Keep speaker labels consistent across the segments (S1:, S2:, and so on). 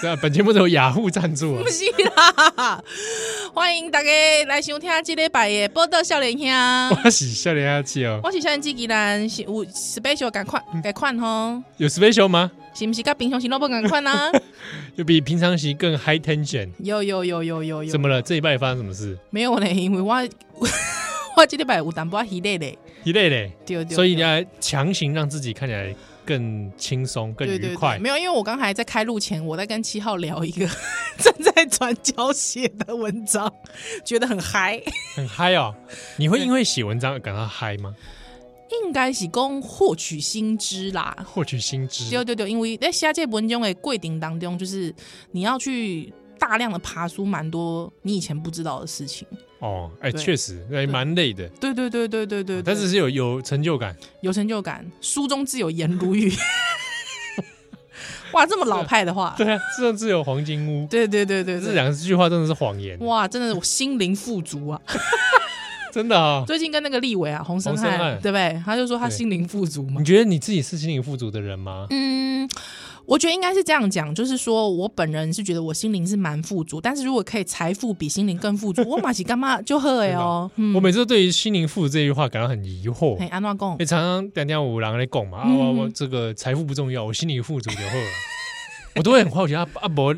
S1: 对啊，本节目是由雅虎赞助 啊
S2: 不。是啦，欢迎大家来收听这礼拜的《报道少年兄》。啊
S1: 我是笑脸阿七哦，
S2: 我是少年机器人，是有 special 赶快
S1: 嗯
S2: 赶快吼，
S1: 有 special 吗？
S2: 是不是跟平常时都不赶快 啊？
S1: 有比平常时更 high tension？
S2: 有有有有有有
S1: 怎，么了？这一拜发生什么事？
S2: 没有呢，因为我 我这礼拜有淡薄喜累嘞，
S1: 一累嘞，
S2: 对对对，
S1: 所以你要强行让自己看起来更轻松、更
S2: 对
S1: 愉
S2: 对
S1: 快
S2: 对，。没有，因为我刚才在开录前，我在跟七号聊一个 正在转角写的文章，觉得很嗨。
S1: 很嗨哦！你会因为写文章而感到嗨吗？
S2: 应该是讲获取新知啦。
S1: 获取新知
S2: 对对对，因为在写这文章的过程当中，就是你要去大量的爬书，蛮多你以前不知道的事情。
S1: 哦，哎，
S2: 对
S1: 确实，哎，蛮累的，
S2: 对对对对对对对
S1: 哦但是是有有成 就感。
S2: 有成就感，书中自有颜如玉。 哇，这么老派的话，
S1: 对啊，甚至有黄金屋，
S2: 对对对对
S1: 这
S2: 对，
S1: 两句话真的是谎言，
S2: 哇，真的我心灵富足啊！
S1: 真的啊！
S2: 最近跟那个立伟啊，洪生
S1: 洪森
S2: 汉
S1: 汉
S2: 对不对？他就说他
S1: 对
S2: 心灵富足嘛
S1: 你。觉得你自己是心灵富足的人吗？
S2: 嗯，我觉得应该是这样讲，就是说我本人是觉得我心灵是蛮富足，但是如果可以财富比心灵更富足，我马喜干嘛就 喝哎哦，嗯
S1: 我，每次都对于心灵富足这句话感到很疑惑，
S2: 嘿，安娜贡
S1: 因为常常两两五郎来讲嘛，啊，
S2: 嗯
S1: 我我这个财富不重要，我心灵富足就好了。 我都会很好奇，啊啊伯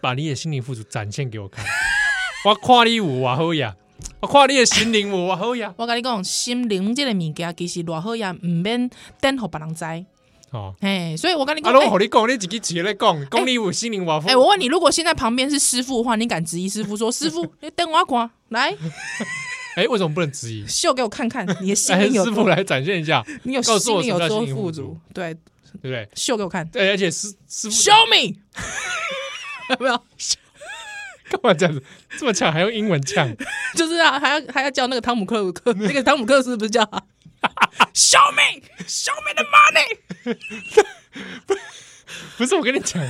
S1: 把你的心灵富足展现给我看， 我夸你有哇好呀，我夸你的心灵有哇好呀，
S2: 我跟你讲，心灵这个物件其实偌好也唔免等互别人知，
S1: 哦。
S2: 嘿，所以我跟你
S1: 啊！
S2: 讲，
S1: 我
S2: 哎、
S1: 和你讲，你自己直来讲，讲你有心灵瓦夫
S2: 哎，我问你，如果现在旁边是师傅的话，你敢质疑师傅说师傅，你等我看，来
S1: 哎，为什么不能质疑？
S2: 秀给我看看你的心
S1: 哎，
S2: 灵有
S1: 师傅
S2: 多，
S1: 来展现一下，
S2: 你有
S1: 告诉
S2: 心
S1: 我
S2: 灵
S1: 什么
S2: 有
S1: 叫
S2: 多
S1: 心灵
S2: 富
S1: 富
S2: 足
S1: 足，
S2: 对，
S1: 对不对哎
S2: 秀给我看
S1: 对？而且师师傅
S2: ，show me，有没有？
S1: 干嘛这样子？这么呛还用英文呛？
S2: 就是啊，还要还要叫那个汤姆克鲁克， 那个汤姆克斯不是叫他 Show me, show me the money。
S1: 不是我跟你讲，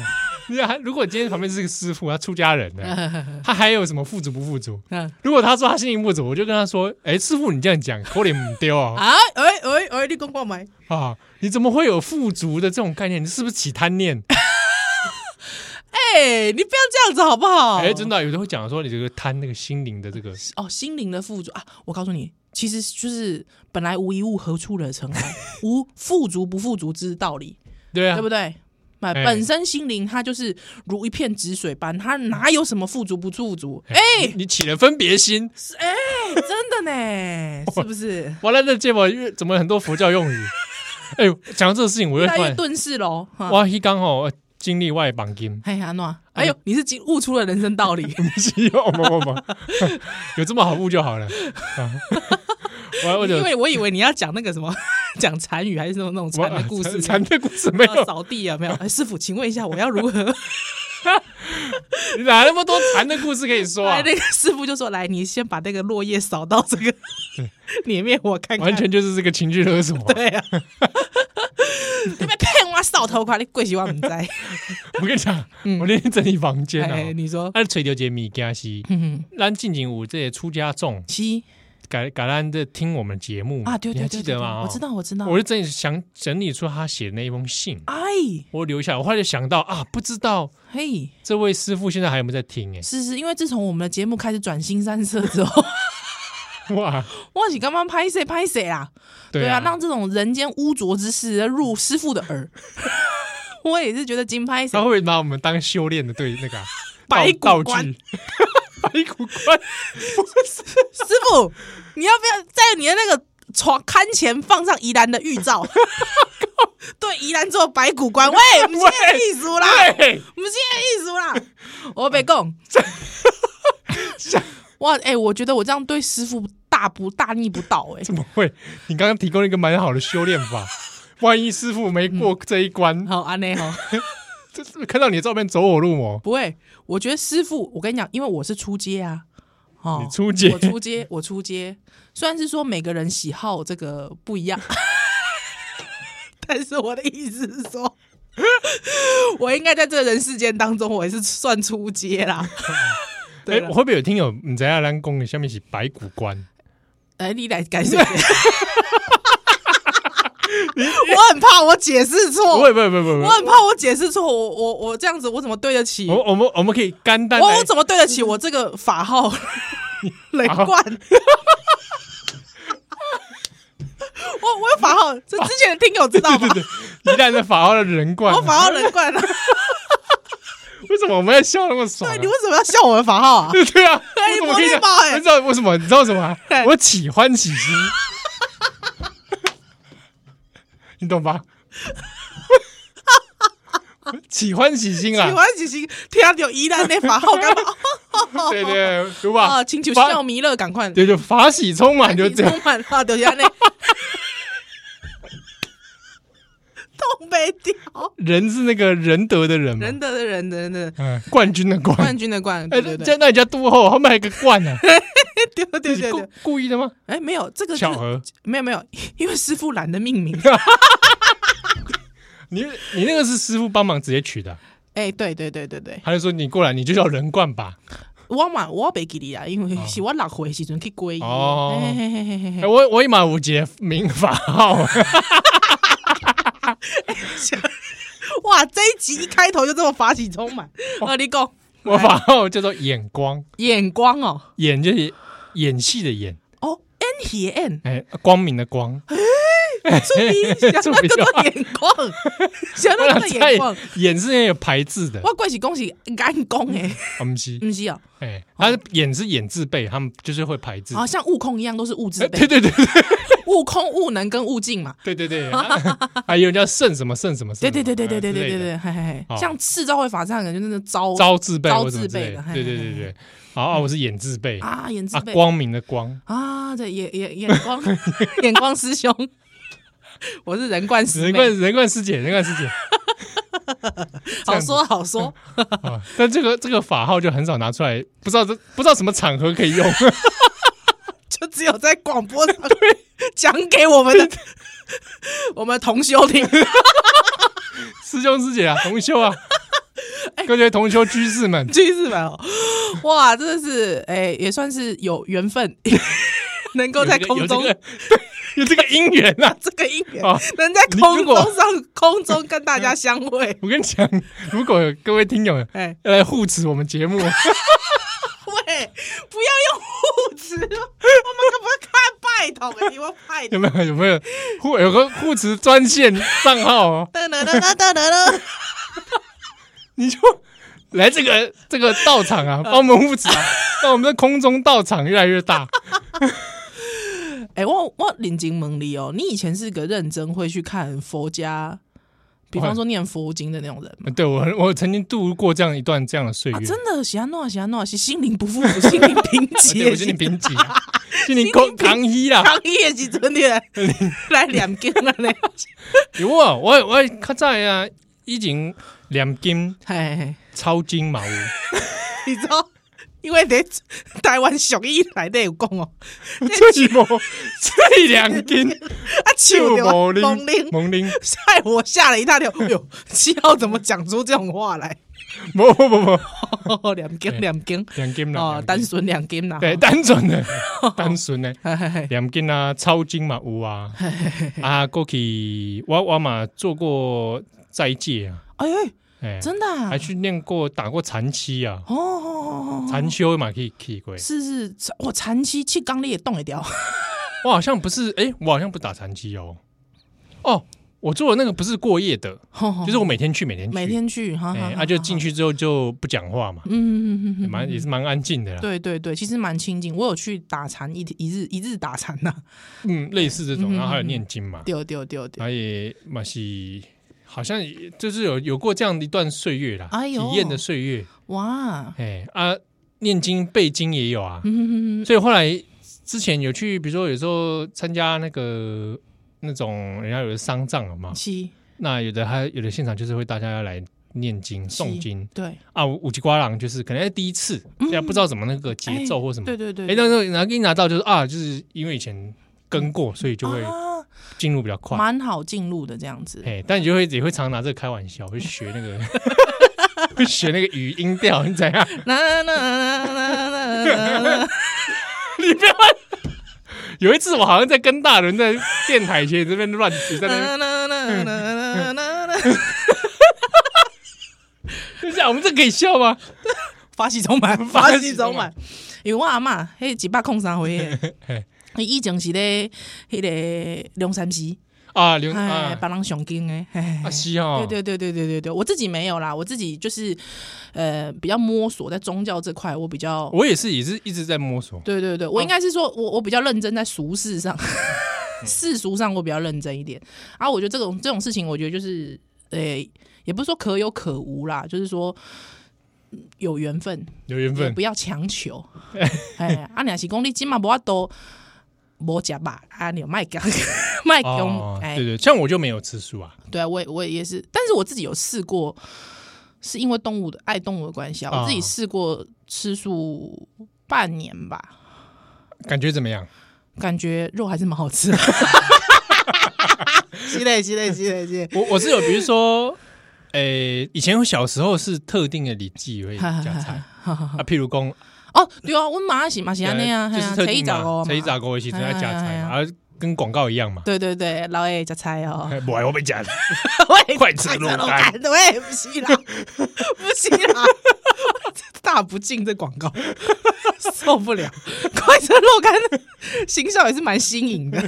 S1: 你知道他如果今天旁边是个师傅，他出家人的，他还有什么富足不富足？
S2: 嗯
S1: 如果他说他心情不足，我就跟他说：“哎、师傅，你这样讲口脸不丢啊
S2: 啊，哎哎哎，你讲看没？
S1: 啊！你怎么会有富足的这种概念？你是不是起贪念？
S2: 哎、你不要这样子好不好？
S1: 哎、真的啊、有的会讲说你这个贪那个心灵的这 个，
S2: 哦，心灵的富足啊！我告诉你，其实就是本来无一物，何处惹尘埃？ 无富足不富足之道理，
S1: 对啊，
S2: 对不对？那
S1: 哎
S2: 本身心灵它就是如一片止水般，它哪有什么富足不富足？哎、
S1: 你你起了分别心。
S2: 真的 呢，
S1: 哦
S2: 是不是？
S1: 完了，这结果越怎么很多佛教 用语？哎、呦，讲到这个事情，我
S2: 越
S1: 又
S2: 来
S1: 突
S2: 越
S1: 然，
S2: 遁世喽！哈
S1: 哇，一刚好呃经历外 绑金，，
S2: 哎呀，诺，哎呦，你是经悟出了人生道理
S1: 不是有不不不， 有这么好悟就好了。啊 我我就
S2: 因为我以为你要讲那个什么， 讲禅语还是那种那种禅的故 事，
S1: 禅的故事没
S2: 要
S1: 有，
S2: 扫 地啊，没有？哎，师傅，请问一下，我要如何？
S1: 你哪那么多禅的故事可以说 啊
S2: 哎，？那个师傅就说，来，你先把那个落叶扫到这个 里面，我看看。
S1: 完全就是这个情绪勒索啊。
S2: 对啊， 你别骗我扫头款，你鬼喜欢不在？
S1: 我跟你讲，我那 天整理房间
S2: 嗯哎，
S1: 啊，
S2: 你说，
S1: 啊，垂钓节米加西，
S2: 嗯，
S1: 咱近景舞这些出家众，
S2: 七
S1: 改改咱这听我们节目
S2: 啊，对
S1: 哦你
S2: 对对
S1: 还记
S2: 对，
S1: 得
S2: 对
S1: 吗？
S2: 我知
S1: 哦，
S2: 道，我知道，
S1: 我就整理想整理出他写的那一封信，
S2: 哎，
S1: 我留下来，我后来就想到啊，不知道
S2: 嘿，
S1: 这位师傅现在还有没有在听？ 哎，
S2: 是是，因为自从我们的节目开始转新三色之后。
S1: 哇，
S2: 我是刚刚拍谁拍谁啊？对啊，让这种人间污浊之事入师傅的耳。 我也是觉得金拍谁
S1: 他会不会拿我们当修炼的对那个啊
S2: 白骨
S1: 道道
S2: 观
S1: 具？ 白骨观，
S2: 师傅，你要不要在你的那个床龛前放上宜兰的玉照？ 对，宜兰做白骨观， 喂，我们今天的艺术啦，
S1: 对，
S2: 我们今天的艺术啦，我被 供。哇，哎、我觉得我这样对师傅大不大逆不道哎、
S1: 怎么会？你刚刚提供了一个蛮好的修炼法， 万一师傅没过这一关，
S2: 好，安内好。
S1: 这这看到你的照片走火入魔，
S2: 不会，我觉得师傅，我跟你讲，因为我是出街啊，哦，
S1: 你出街
S2: 我出街，我出街。虽然是说每个人喜好这个不一样，但是我的意思是说，我应该在这人世间当中，我也是算出街啦。
S1: 哎、
S2: 对了，
S1: 会不会有听友你在阿兰公的下面写白骨观？
S2: 哎，你来感谢，我很怕我解释错
S1: 不，会不会不会不会不
S2: 我
S1: 会，
S2: 很怕我解释错，我我我这样子我怎么对得起？
S1: 我我们我们可以干单来
S2: 我我怎么对得起我这个法号 雷冠？ 我我有法号，这之前的听友知道吗？
S1: 一旦的法号的人冠啊
S2: 我，法号雷啊冠了，
S1: 为什么我们要笑那么爽啊？
S2: 对 你为什么要笑我的法号啊？
S1: 对对啊，
S2: 哎
S1: 我怎么可以
S2: 我
S1: 讲
S2: 礼貌哎哎
S1: 你知道为什么？你知道什 么啊
S2: 对？
S1: 我喜欢起心， 你懂吧？我喜欢起 心
S2: 喜
S1: 啊，
S2: 欢喜星，听到有宜兰的法号干 嘛？
S1: 对对，对吧
S2: 啊，？哦请求
S1: 发
S2: 笑弥勒，赶快，哎
S1: 对对，法喜充满就这样
S2: 充。满了，就是 那痛悲掉，
S1: 人是那个仁德的人嘛，
S2: 人的人的人的
S1: 嗯，冠军的冠
S2: 冠。军的冠，
S1: 哎，
S2: 对对
S1: 这
S2: 对，
S1: 那人家多厚，他卖个冠啊？
S2: 对 对对对
S1: 故
S2: 对，
S1: 故意 的吗？
S2: 哎，没有这个是
S1: 巧合，
S2: 没有没有，因为师傅懒得命名。
S1: 你你那个是师傅帮忙直接取的啊，
S2: 哎，对对对对对，
S1: 他就说你过来，你就叫人冠吧。
S2: 我嘛我袂记得啊，因为是我六岁的时阵去皈依。
S1: 哦
S2: 嘿嘿嘿嘿嘿
S1: 哎，我我一马五节民法号，
S2: 哇，这一集一开头就这么法喜充 满。啊，你讲
S1: 我法号叫做眼光，
S2: 眼光哦，
S1: 眼就是演戏的演，
S2: 哦，N 斜 N，
S1: 哎，光明 的光，
S2: 注意，想那个做眼光，想那 个做眼光。
S1: 眼是那有排字的，
S2: 我怪是恭喜干
S1: 嗯
S2: 公诶，
S1: 我们是
S2: 不是哦，
S1: 哎，他是眼是眼字辈，他们就是会排字。
S2: 好像悟空一样都是物质
S1: 哎
S2: 辈
S1: 对，对对
S2: 悟空、悟能跟悟净嘛。
S1: 对 对对，啊还有叫圣什么圣什么，
S2: 对
S1: 圣
S2: 对对对
S1: 什么
S2: 对对对对
S1: 之类的
S2: 对，嘿嘿
S1: 好
S2: 嘿，像赤道会法这样的，就那个招
S1: 招字辈
S2: 招
S1: 或什么
S2: 字辈
S1: 类
S2: 的
S1: 对
S2: 嘿嘿
S1: 对对
S2: 嘿
S1: 对，好，啊我是眼字辈啊，
S2: 啊，眼字辈
S1: 光明的光，
S2: 啊，对眼眼眼光 眼光师兄，我是人冠师
S1: 人
S2: 妹，
S1: 冠人冠师姐，人冠师姐，
S2: 好说好说，
S1: 啊，但这个这个法号就很少拿出来，不知道这不知道什么场合可以用。
S2: 就只有在广播 上讲给我们的我们同修听。
S1: 师兄师姐啊，同 修啊，
S2: 哎
S1: 各位同修居士们，
S2: 军事版哦，哇，真的是哎、也算是有缘分， 能够
S1: 有
S2: 在
S1: 这个
S2: 空中
S1: 有这个 有这个姻缘呐、
S2: 这个姻缘
S1: 哦，
S2: 能在
S1: 你
S2: 空
S1: 如果。
S2: 中上空中跟大家相会
S1: 嗯我跟你讲，如果有各位听友
S2: 哎，
S1: 要来护持我们节目，
S2: 喂，不要用护持，哦我们可不是看拜托 的，你们拜
S1: 有没有有没有护有个护持专线账号哦，
S2: 噔噔噔噔噔噔，
S1: 你就来这个这个道场
S2: 嗯
S1: 啊，帮我们护持啊，让我们的空中道场越来越大。
S2: 哎、我我领经蒙里哦，你以前是个认真会去看佛家，比方说念佛经的那种人吗？
S1: 对我我曾经度过这样一段这样的岁月，
S2: 啊，真的，喜安诺，喜安诺，是心灵不富足，心灵贫 瘠
S1: 对
S2: 的
S1: 我心
S2: 时
S1: 里
S2: 候，
S1: 贫瘠 啊，心里空啊扛一啦。
S2: 抗议的时阵， 你 来来念经啊了呢？
S1: 有啊，我我较早啊，以前念经
S2: 嘿嘿，
S1: 抄 经嘛有，
S2: 你知道，因为在台湾俗语内底有讲哦，
S1: 最无最两经
S2: 啊，
S1: 就
S2: 手就
S1: 无灵
S2: 蒙灵，
S1: 蒙灵，
S2: 害我吓了一大跳。哎呦，七号怎么讲出这种话来？
S1: 无无无 无
S2: 两斤两斤
S1: 两经啦
S2: 哦，，单
S1: 念
S2: 纯哦两斤呐。
S1: 经对单纯的单纯的
S2: 嘿嘿嘿，
S1: 两经啊，抄经嘛 有啊，啊过去我我嘛做过斋戒啊，
S2: 哎呦，
S1: 哎，
S2: 真的啊
S1: 还去念过打过禅期啊，
S2: 哦哦哦，哦
S1: 禅修嘛可以去过，
S2: 是是，我长期气缸里也冻得掉。
S1: 我好像不是，哎、我好像不打残疾哦。哦，我做的那个不是过夜的，
S2: 哦
S1: 就是我每天去，每天去，
S2: 每，天去，哈
S1: 哎、
S2: 哈，
S1: 啊，就进去之后就不讲话嘛，
S2: 嗯嗯嗯嗯嗯，
S1: 蛮、也是蛮安静的啦。
S2: 对对对，其实蛮亲近。我有去打禅一一日一日打禅呐、
S1: 嗯，类似这种，然后还有念经嘛，
S2: 丢丢丢丢。
S1: 然后也嘛是，好像也就是有有过这样的一段岁月啦，
S2: 哎呦
S1: 体验的岁月，
S2: 哇，
S1: 哎、啊，念经背经也有啊，
S2: 嗯，
S1: 所以后来之前有去，比如说有时候参加那个那种人家有的丧葬了嘛，
S2: 七
S1: 那有的还有的现场就是会大家要来念经诵经
S2: 对
S1: 啊，五级瓜郎就是可能哎第一次，
S2: 嗯
S1: 现在不知道怎么那个节奏或什么，
S2: 对对对，
S1: 哎，那时候拿给你拿到就是啊，就是因为以前跟过，所以就会
S2: 啊
S1: 进入比较快。
S2: 蛮好进入的这样子。
S1: 哎，但你就会也会常拿这个开玩笑，会学 那个，会学那个语音调，你怎样？
S2: 那那那那那那，
S1: 你
S2: 嗯
S1: 不要乱。有一次我好像在跟大伦在电台前这边乱，在那边等一下，我们这可以笑吗？
S2: 发喜充满，
S1: 发
S2: 发
S1: 喜
S2: 喜
S1: 充
S2: 充
S1: 满
S2: 满。因为我阿嬷迄一百空三回 的，伊以前是咧迄个龙山寺，
S1: 啊，刘
S2: 哎，
S1: 啊
S2: 帮人上经诶，哎
S1: 啊，西哦，
S2: 对对对对对对对，我自己没有啦，我自己就是呃比较摸索在宗教这块，我比较。
S1: 我也哦是，也是一直在摸索。
S2: 对对对，我应该是说，我我比较认真在俗事上， 世俗上我比较认真一点。啊，我觉得这种这种事情，我觉得就是，呃、也不是说可有可无啦，就是说嗯有缘分，
S1: 有缘
S2: 也
S1: 分
S2: 不要强 求。哎，啊，若是讲你今嘛无法度无食吧，啊，你卖讲 卖讲，
S1: 哦，
S2: 哎
S1: 对，对，像我就没有吃素啊，
S2: 对啊，我也我也是，但是我自己有试过，是因为动物的爱动物的关系啊，
S1: 啊
S2: 我自己试过吃素半年吧，
S1: 感觉怎么样？
S2: 感觉肉还是蛮好吃的。 积累积累积累积累，
S1: 我我是有，比如说，诶、以前我小时候是特定的礼记会加菜啊，譬如讲，
S2: 哦，对啊，我马是马是安啊那样，
S1: 就是特定嘛，啊才
S2: 才
S1: 一早过一起在加菜嘛，
S2: 哎
S1: 啊，跟广告一样嘛，
S2: 哦对对对，老爷加菜哦，
S1: 哎不然我被讲，
S2: 喂
S1: 快吃肉干
S2: 快吃对，不行啦，不行啦，大不敬这广告受不了，快吃肉干形象也是蛮新颖的，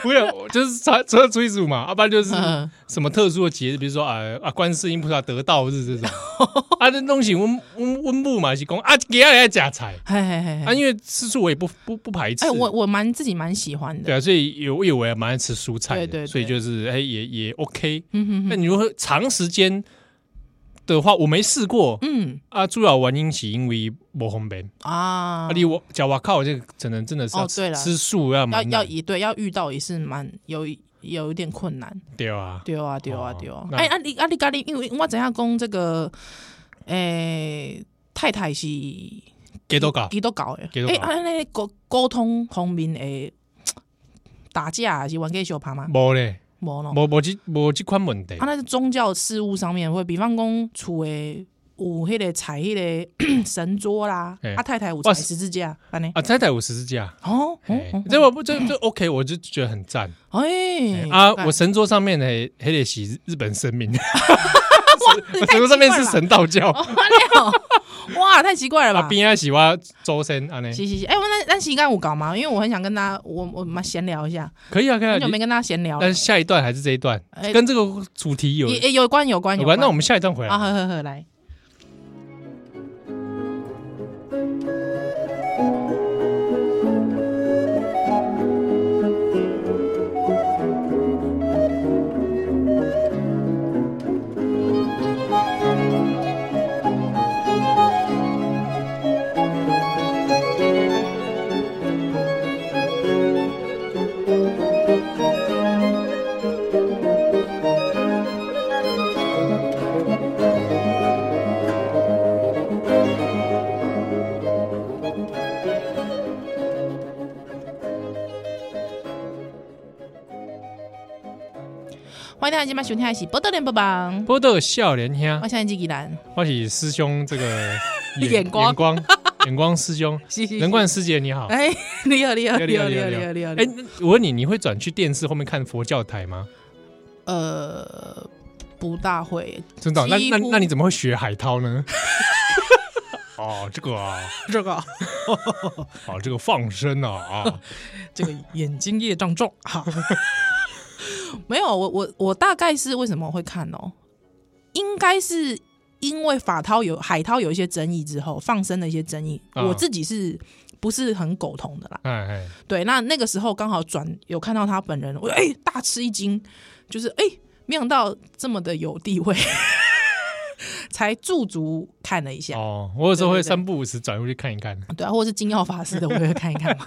S1: 不有，就是车车追逐嘛，啊要不然就是
S2: 嗯
S1: 什么特殊的节日，比如说啊啊，观世音菩萨得道日这种，啊，这东西温温温布嘛是讲啊，给他来加菜
S2: 嘿嘿嘿
S1: 啊，
S2: 嘿，
S1: 因为吃素我也不不不排斥，
S2: 哎，我我蛮自己蛮喜欢
S1: 对
S2: 的，
S1: 啊，所以有我以为蛮爱吃蔬菜
S2: 对
S1: 的，
S2: 对对
S1: 所以就是哎、也也 OK。
S2: 嗯哼
S1: 那
S2: 哼，
S1: 你如果长时间的话，我没试过、
S2: 嗯
S1: 啊。主要原因是因为不方便，
S2: 啊
S1: 啊，，你我假我靠，这个可能真的是要
S2: 哦对啦
S1: 吃素要
S2: 要
S1: 蛮
S2: 要
S1: 难
S2: 一对要遇到也是蛮有一有一点困难。
S1: 对啊，
S2: 对啊，对啊，
S1: 哦
S2: 对啊。
S1: 那
S2: 哎，啊你啊你家里，因为我知影讲这个，诶、太太是基
S1: 给多搞
S2: 督教的
S1: 基督，教
S2: 哎，啊那沟沟通方面诶，打架啊还是玩给小拍吗？
S1: 无嘞，
S2: 无咯。
S1: 无无这无这款问题
S2: 哦啊，，那是宗教事务上面会，比方讲厝诶有迄个彩迄个 神桌啦
S1: 嘿，
S2: 啊太太有
S1: 哇
S2: 彩十字架，安尼。
S1: 啊，再带我十字架。
S2: 哦哦
S1: 哎
S2: 哦，
S1: 这我不这这 OK，我就觉得很赞
S2: 哎
S1: 啊！
S2: 哎
S1: 我神桌上面的黑得洗日本神明，我
S2: 哇，
S1: 神桌上面是
S2: 神，
S1: 神道教，
S2: 哦哇，太奇 怪了
S1: 啊
S2: 吧？
S1: 边啊喜欢周深啊呢，
S2: 是是是，哎、我那那期刚有搞吗？因为我很想跟大家，我我们闲聊一下，
S1: 可以啊可以啊
S2: 很久，没跟大家闲聊了
S1: 但，是下一段还是这一段，
S2: 哎
S1: 跟这个主题有
S2: 也也有关有关
S1: 有关。那我
S2: 们
S1: 们下一段回
S2: 啊，
S1: 来。
S2: 呵呵呵，来，欢迎大家今晚收听的是《波特连播榜》，
S1: 波豆笑脸兄
S2: 我，现在是依兰，
S1: 欢喜师兄这 个
S2: 眼光
S1: 眼光眼光师兄，
S2: 是是
S1: 仁，冠师姐你好。
S2: 哎，你好你好你好你好
S1: 厉
S2: 你
S1: 害
S2: 好你好，
S1: 哎，那我问你，你会转去电视后面看佛教台吗？
S2: 呃，不大会，
S1: 真的哦？那
S2: 几
S1: 那
S2: 乎
S1: 那你怎么会学海涛 呢？哦，这个啊，
S2: 这个
S1: 哦，这个放生啊 啊，
S2: 这个眼睛业障 重，哈，没有，我我我大概是为什么会看哦？应该是因为法涛有海涛有一些争议之后放生的一些争议，
S1: 啊
S2: 我自己是不是很苟同的啦？
S1: 哎哎，
S2: 对，那那个时候刚好转有看到他本人，我就哎、大吃一惊，就是哎、没想到这么的有地位， 才驻足看了一下。
S1: 哦，我有时候会
S2: 对对对
S1: 三不五时转过去看一看，
S2: 对啊，或者是金曜法师的，我也会看一看嘛。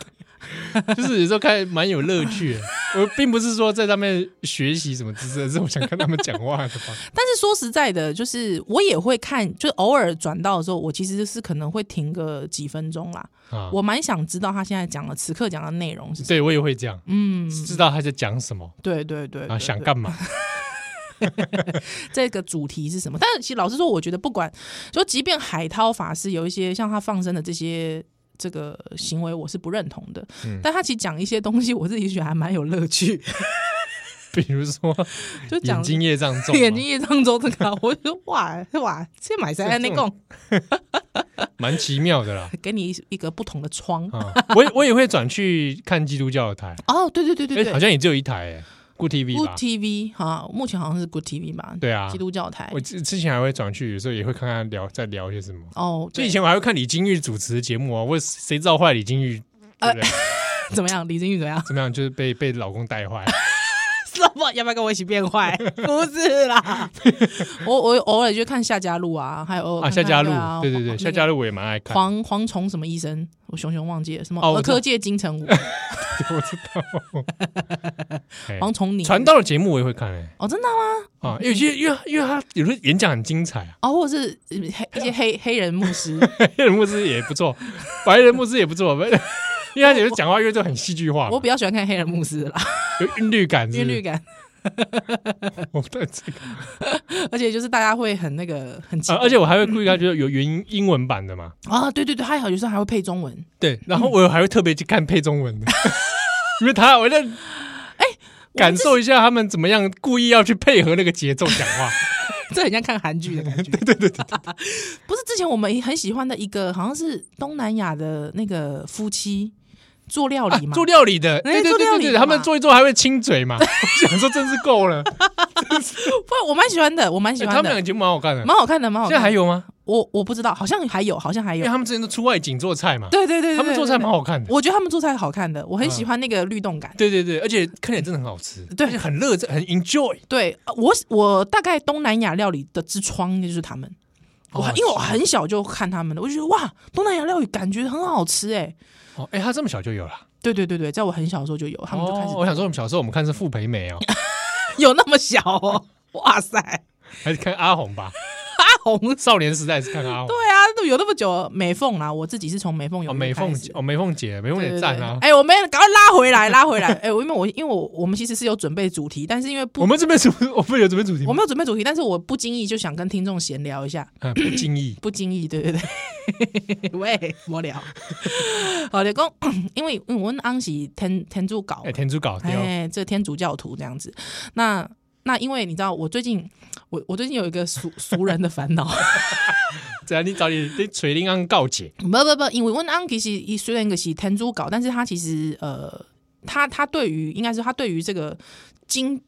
S1: 就是有时候看蛮有乐趣的。我并不是说在上面学习什么知识，而是我想跟他们讲话的 方法。
S2: 但是说实在的，就是我也会看，就是偶尔转到的时候，我其实是可能会停个几分钟啦。
S1: 啊
S2: 我蛮想知道他现在讲的此刻讲的内容是什么。
S1: 对我也会这样，
S2: 嗯，呃
S1: 知道他在讲什么
S2: 对对对
S1: 啊，
S2: 对
S1: 想
S2: 对
S1: 干嘛
S2: 这个主题是什么？但是其实老实说，我觉得不管，就即便海涛法师有一些像他放生的这些。这个行为
S1: 嗯
S2: 我是不认同的，但他其实讲一些东西，我自己觉得还蛮有乐趣。
S1: 比如说
S2: 就 讲
S1: 眼睛业障重嘛，
S2: 眼睛一张周这个，我就说哇哇，这买在那贡
S1: 蛮奇妙的 啦。
S2: 给你一一个不同的窗。
S1: 啊，我也我也会转去看基督教的台，
S2: 哦，对对对对
S1: 哎，好
S2: 对
S1: 像也只有一台哎，Good TV
S2: ，Good
S1: 吧？
S2: TV 哈，目前好像是 Good TV 吧？
S1: 对啊
S2: 基，督教台
S1: 我。之之前还会转去，有时候也会看看聊在聊些什么。
S2: 哦，
S1: 就
S2: 对
S1: 以前我还会看李金玉主持的节目啊，我谁知道坏李金玉
S2: 呃
S1: 对不对？
S2: 怎么样？李金玉怎么样？
S1: 怎么样？就是被被老公带坏，
S2: 什么？要不要跟我一起变坏？ 不是啦， 我我偶尔就看夏家路啊，还有
S1: 啊，夏家路
S2: 看看啊，
S1: 对对对，夏家路我也蛮爱 看。
S2: 黄黄虫什么医生，我熊熊忘记了什么
S1: 哦我
S2: 儿
S1: 知道
S2: 科界金城武，
S1: 哎
S2: 黄虫你
S1: 传道的节目我也会看哎
S2: 哦，真的吗？
S1: 啊，因为因为因为他有时候演讲很精彩啊，
S2: 哦，或者是呃黑一些黑黑人牧师，
S1: 黑人牧师也不错， 白人牧师也不错， 反正因为他有时候讲话因为就很戏剧化嘛
S2: 我，比较喜欢看黑人牧师啦，
S1: 有韵律感是
S2: 韵
S1: 不是，
S2: 律感，
S1: 我不太知道
S2: 而且就是大家会很那个很奇
S1: 啊，
S2: 怪
S1: 而且我还会故意看，就是有原英英文版的嘛，
S2: 啊，对对对，还好有时候还会配中文。
S1: 对，然
S2: 嗯
S1: 后我还会特别去看配中文的， 因为他我在哎感受一下他们怎么样故意要去配合那个节奏讲话，
S2: 这很像看韩剧的感 觉。对对对对 不是之前我们很喜欢的一个，好像是东南亚的那个夫妻做料理嘛，
S1: 啊做料理的，
S2: 哎
S1: 对对
S2: 做
S1: 对
S2: 料
S1: 对
S2: 理
S1: 对，
S2: 的
S1: 他
S2: 嘛
S1: 们做一做还会亲嘴 嘛，我想说真是够了，
S2: 不，我蛮喜欢的，我蛮喜
S1: 哎他
S2: 欢
S1: 们
S2: 的，
S1: 两个节目蛮好看的，
S2: 蛮好看的，蛮好
S1: 现
S2: 看的。
S1: 在还有吗？
S2: 我我不知道，好像还有，好像还
S1: 因
S2: 有
S1: 为。他们之前都出外景做菜嘛，
S2: 对对对，对
S1: 他们做菜嗯蛮，好看
S2: 对
S1: 的，
S2: 对我觉得他们做菜好看的，我很喜欢那个律动感。
S1: 对对对，而且看起来真的很好吃，
S2: 对
S1: 而且很乐在，很 enjoy，
S2: 对，呃我我大概东南亚料理的之窗应该就是他们。我
S1: 哦
S2: 因为我很小就看他们的，我就觉得哇，东南亚料理感觉很好吃哎。
S1: 哦，哎，他这么小就有了，
S2: 对对对对，在我很小的时候就有，他们就开始
S1: 哦我想说我们小时候我们看是傅培梅哦，
S2: 有那么小哦？哇塞，阿
S1: 还是看阿红吧，
S2: 红，对
S1: 少年时代是看阿红。
S2: 啊，都有那么久美凤啦，我自己是从美凤有
S1: 哦，美凤姐
S2: 姐，
S1: 哦，美凤姐，美凤
S2: 对
S1: 姐
S2: 对
S1: 赞啊！
S2: 对哎，我们赶快拉回来，拉 回来，哎，我因为我因为我我们其实是有准备主题，但是因为不
S1: 我们这边是，我哦们有准备主题
S2: 我
S1: 吗？
S2: 没有准备主题，但是我不经意就想跟听众闲聊一下，
S1: 嗯，不经意
S2: 不经意，对对对，喂，无聊，好的，讲，因为因为我们翁是天天主教
S1: 哎，，天主搞掉
S2: 哎，这天主教徒这样子，那。那因为你知道，我最近我我最近有一个俗俗人的烦恼，
S1: 这啊样你找你你锤铃安告解
S2: 不不不，因为阮翁其实伊虽然个是天主教，但是他其实呃，他他对于应该是他对于这个经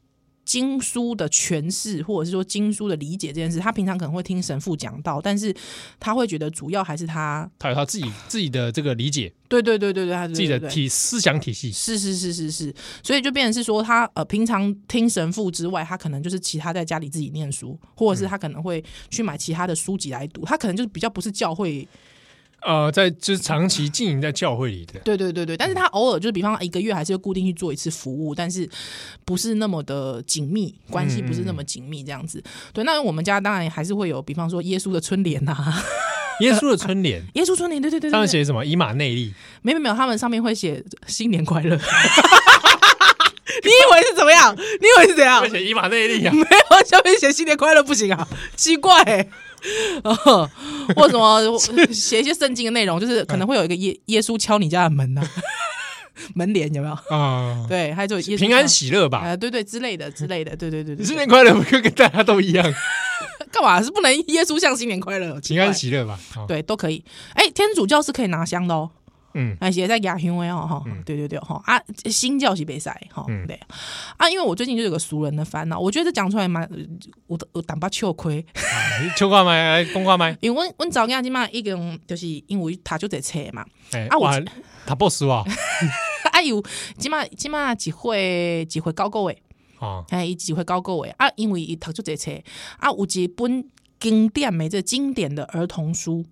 S2: 经书的诠释，或者是说经书的理解这件事，他平常可能会听神父讲道，但是他会觉得主要还是他
S1: 他有他自己自己的这个理解，
S2: 对对对对对，他
S1: 自己的
S2: 对对对
S1: 体思想体系，
S2: 是是是是是，所以就变成是说他呃，平常听神父之外，他可能就是其他在家里自己念书，或者是他可能会去买其他的书籍来读，他可能就是比较不是教会
S1: 呃，在就是长期经营在教会里的，
S2: 对对对对，但是他偶尔就是，比方一个月还是会固定去做一次服务，但是不是那么的紧密，关系不是那么紧密这样子。对，那我们家当然还是会有，比方说耶稣的春联呐、
S1: 耶稣的春联
S2: 耶稣春联，对对对
S1: 上
S2: 对
S1: 面
S2: 对，
S1: 写什么以马内利，
S2: 没有没有，他们上面会写 新年快乐。你以为是怎么样？你以为是怎样
S1: 而？且以马内利啊，
S2: 没有，下面写新年快乐不行啊，奇怪、欸。 哦，或什么 写一些圣经的内容，就是可能会有一个耶耶稣敲你家的门呐、啊 门帘有没有？
S1: 啊，
S2: 对，还有就耶稣
S1: 平安
S2: 教
S1: 喜乐
S2: 啊、
S1: 吧，
S2: 对对之类 的之类的，对对对对
S1: 新
S2: 对，
S1: 年快乐，不跟大家都一样，
S2: 干嘛是不能耶稣像新年快乐，奇
S1: 平
S2: 怪
S1: 安喜乐 啊吧，哦好，
S2: 对都可以。哎、天主教是可以拿香的哦，
S1: 嗯，
S2: 哎，也在亚行为哦哈，对对对哈啊，新教是比赛哈，
S1: 嗯
S2: 对啊，因为我最近就有个熟人的烦恼，我觉得这讲出来蛮呃我我胆巴羞亏，
S1: 啊秋挂麦，来公挂麦，
S2: 因为我我早间即嘛已经就是因为他就在车嘛，
S1: 哎，
S2: 啊我
S1: 哇，他 boss 啊，
S2: 啊有即嘛即嘛一会一会搞过诶。
S1: 啊，
S2: 哎，伊只会教各位啊，因为伊读出这册啊，有一本经典的这经典的儿童书，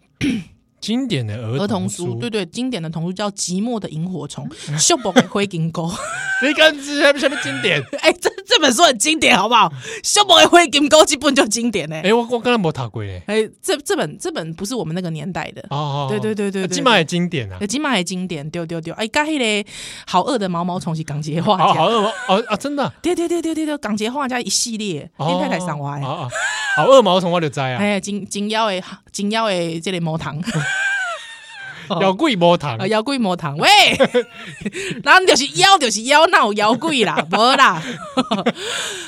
S1: 经典的儿
S2: 儿童
S1: 书，嗯
S2: 对对，经典的童书叫《寂寞的萤火虫》，秀博的灰金钩，
S1: 你敢知还不什么经典？
S2: 哎，这这本书很经典，好不好？秀博的灰金钩基本就经典嘞、
S1: 哎、我我刚才没读过嘞。
S2: 哎、这这本这本不是我们那个年代的，哎
S1: 哦，
S2: 对对对对对
S1: 金马也经典啊
S2: 有。金马的经典，丢丢丢，哎，跟迄个好恶的毛毛虫是港姐画家，
S1: 好好饿毛哦啊，真的啊。
S2: 对对对对对对，港姐画家一系列，
S1: 哦
S2: 因太太上我的
S1: 哦哦，好饿毛虫我就知啊。
S2: 哎，金金腰的金腰的这个毛糖。
S1: 咬贵无糖
S2: 啊，，摇滚魔糖喂， 然后就是腰就是腰，哪有摇滚 啦，无啦。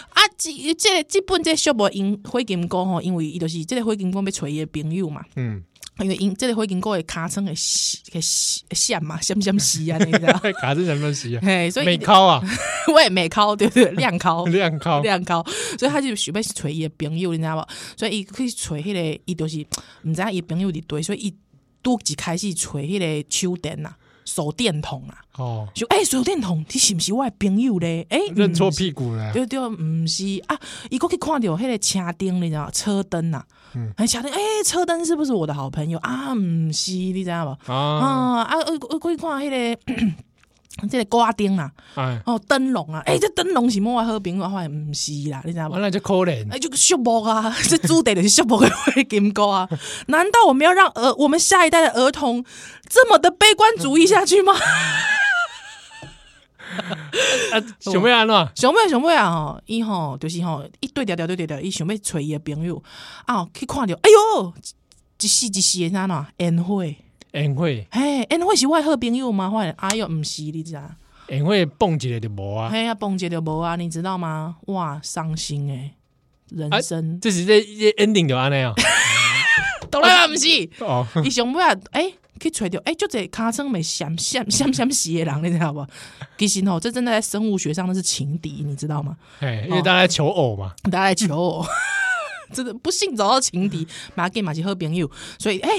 S2: 啊，即这即本这小无因火金哥吼，因为伊就是即个火金哥要找伊的朋友嘛，
S1: 嗯，？
S2: 因为因即个火金哥的尻川会死会死会闪嘛，闪闪死啊，你知道
S1: 卡是什么东西啊？
S2: 嘿，所以
S1: 美考啊，。
S2: 我也没考，对不对？亮考
S1: 量考，
S2: 亮考，所以他就想要去找伊的朋友，你知道无？所以伊去找迄、个，伊就是毋知影伊的朋友伫对，所以伊拄一开始找迄个手电啊，手电筒啊。
S1: 哦，
S2: 就哎、欸，手电筒，你是不是我的朋友咧？哎、欸，
S1: 认错
S2: 嗯
S1: 屁股了，
S2: 对对，毋是啊，伊过去看到迄个车灯，你知道车灯呐、
S1: 嗯
S2: 啊，哎、车灯，哎、车灯是不是我的好朋友啊？毋是，你知道无？
S1: 啊，
S2: 啊啊，我我过去看迄、个。即个 挂灯啊，
S1: 哎，
S2: 哦灯笼啊，哎、这灯笼是我的好朋友，我发现毋是啦，你知道无
S1: 完？了就可怜，
S2: 哎，就畜牧啊， 这猪得的是畜牧的会 金钩啊？难道我们要让儿我们下一代的儿童这么的悲观主义下去吗？
S1: 啊，想要安怎？
S2: 想要想要啊吼，伊吼就是吼，伊对调调对调调，伊想要找伊的朋友啊，去看着，哎哟，一丝一丝的啥呐？烟火，
S1: 宴会，
S2: 嘿，烟火是我的好朋友吗？我的哎哟，毋是，你知影？
S1: 宴会蹦一个就无啊，
S2: 嘿啊，蹦一就无啊，你知道吗？哇，伤心诶，人生，
S1: 这是这这 ending 就安尼啊，
S2: 哎当然啊嘛，毋是。
S1: 哦，
S2: 伊想要诶、去揣着诶，就这尻川没闪闪闪闪死的人，你知道无？其实吼，这真的在生物学上那是情敌，你知道吗？
S1: 哎，因为大家求偶嘛，
S2: 大家来求我， 真的不幸找到情敌，马给马是好朋友，所以哎。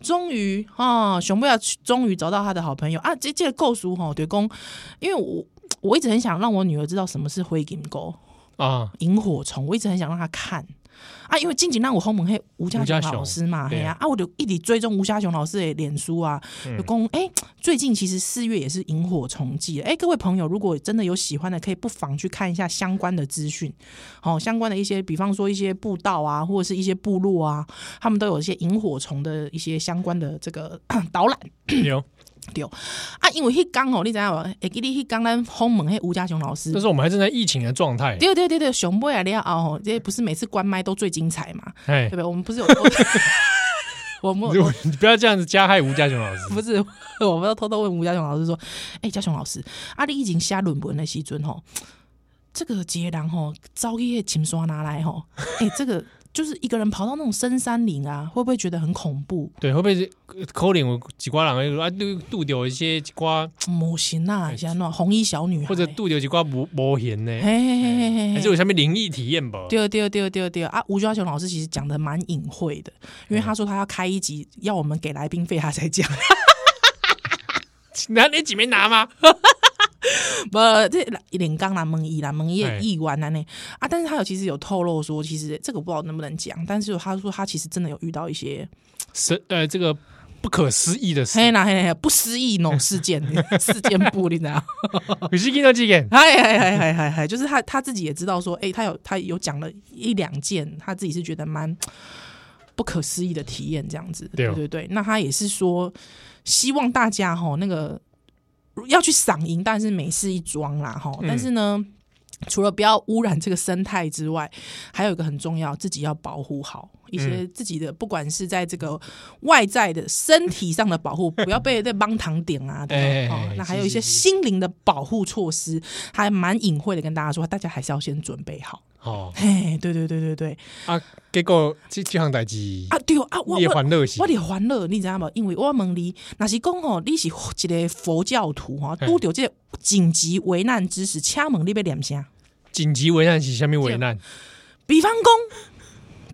S2: 终于啊，熊不要终于找到他的好朋友啊！这这个构书哈，对公，因为我我一直很想让我女儿知道什么是灰金钩
S1: 啊，
S2: 萤火虫，我一直很想让她看啊，因为近景让我轰门黑吴家
S1: 吴家
S2: 雄
S1: 雄
S2: 老师嘛，
S1: 对
S2: 嘿
S1: 啊
S2: 呀啊，我就一直追踪吴家雄老师的脸书啊，就公哎、最近其实四月也是萤火虫季，哎、各位朋友，如果真的有喜欢的，可以不妨去看一下相关的资讯，好、相关的一些，比方说一些步道啊，或者是一些部落啊，他们都有一些萤火虫的一些相关的这个 导览。
S1: 有，
S2: 啊，因为迄刚哦，你知道无？会记得迄刚咱轰门迄吴家雄老师
S1: 那，时候我们还正在疫情的状态，
S2: 对对对对，熊妹啊了哦，这不是每次关麦都最精彩嘛？
S1: 哎
S2: 对不，对？我们不是有， 我们
S1: 如果你不要这样子加害吴家雄老师，
S2: 不是， 我们要偷偷问吴家雄老师说：“哎、家雄老师，啊，你已经写论文的时阵吼，这个杰人吼，招去迄琴刷拿来吼， 哎、这个就是一个人跑到那种深山林啊，会不会觉得很恐怖？
S1: 对，会不会是可能有几挂人会啊，拄拄着一些一挂，
S2: 模型啊，像那种红衣小女孩，
S1: 哎或者哎拄着一挂无无闲呢
S2: 嘿，嘿嘿嘿嘿
S1: 还
S2: 嘿
S1: 是有啥物灵异体验吧？
S2: 对对对对对啊！吴家雄老师其实讲的蛮隐晦的，因为他说他要开一集，要我们给来宾费，他才讲。
S1: 那你几没拿吗？
S2: 不，这林刚啦、蒙伊啦、蒙伊
S1: 哎
S2: 也译完了呢啊！但是他有其实有透露说，其实这个我不知道能不能讲，但是他说他其实真的有遇到一些
S1: 是呃，这个不可思议的事，
S2: 嘿啦嘿啦嘿啦不思议那种事件 事件簿，你知道？
S1: 可是见到这个，
S2: 哎哎哎哎哎哎，就是他他自己也知道说，哎、他有他有讲了一两件，他自己是觉得蛮不可思议的体验，这样子，
S1: 对哦
S2: 对对。那他也是说，希望大家哈那个要去赏银，但是美事一桩啦哈。
S1: 嗯
S2: 但是呢。除了不要污染这个生态之外，还有一个很重要，自己要保护好一
S1: 嗯
S2: 些自己的，不管是在这个外在的身体上的保护，不要被这帮糖点啊，对吧
S1: 哎
S2: 哦，那还有
S1: 是
S2: 一些
S1: 是是
S2: 心灵的保护措施，还蛮隐晦的跟大家说，大家还是要先准备好。
S1: 哦
S2: 嘿，对对对对对，
S1: 啊，结果这这项代志，
S2: 啊对哦啊，我
S1: 夜
S2: 我
S1: 欢乐喜
S2: 我，得欢乐，你知道吗？因为我问你，若是讲吼，你是一个佛教徒吼，
S1: 嘿
S2: 拄着这个紧急危难之时，请问你要念啥？
S1: 紧急危难是啥物危难？
S2: 比方讲，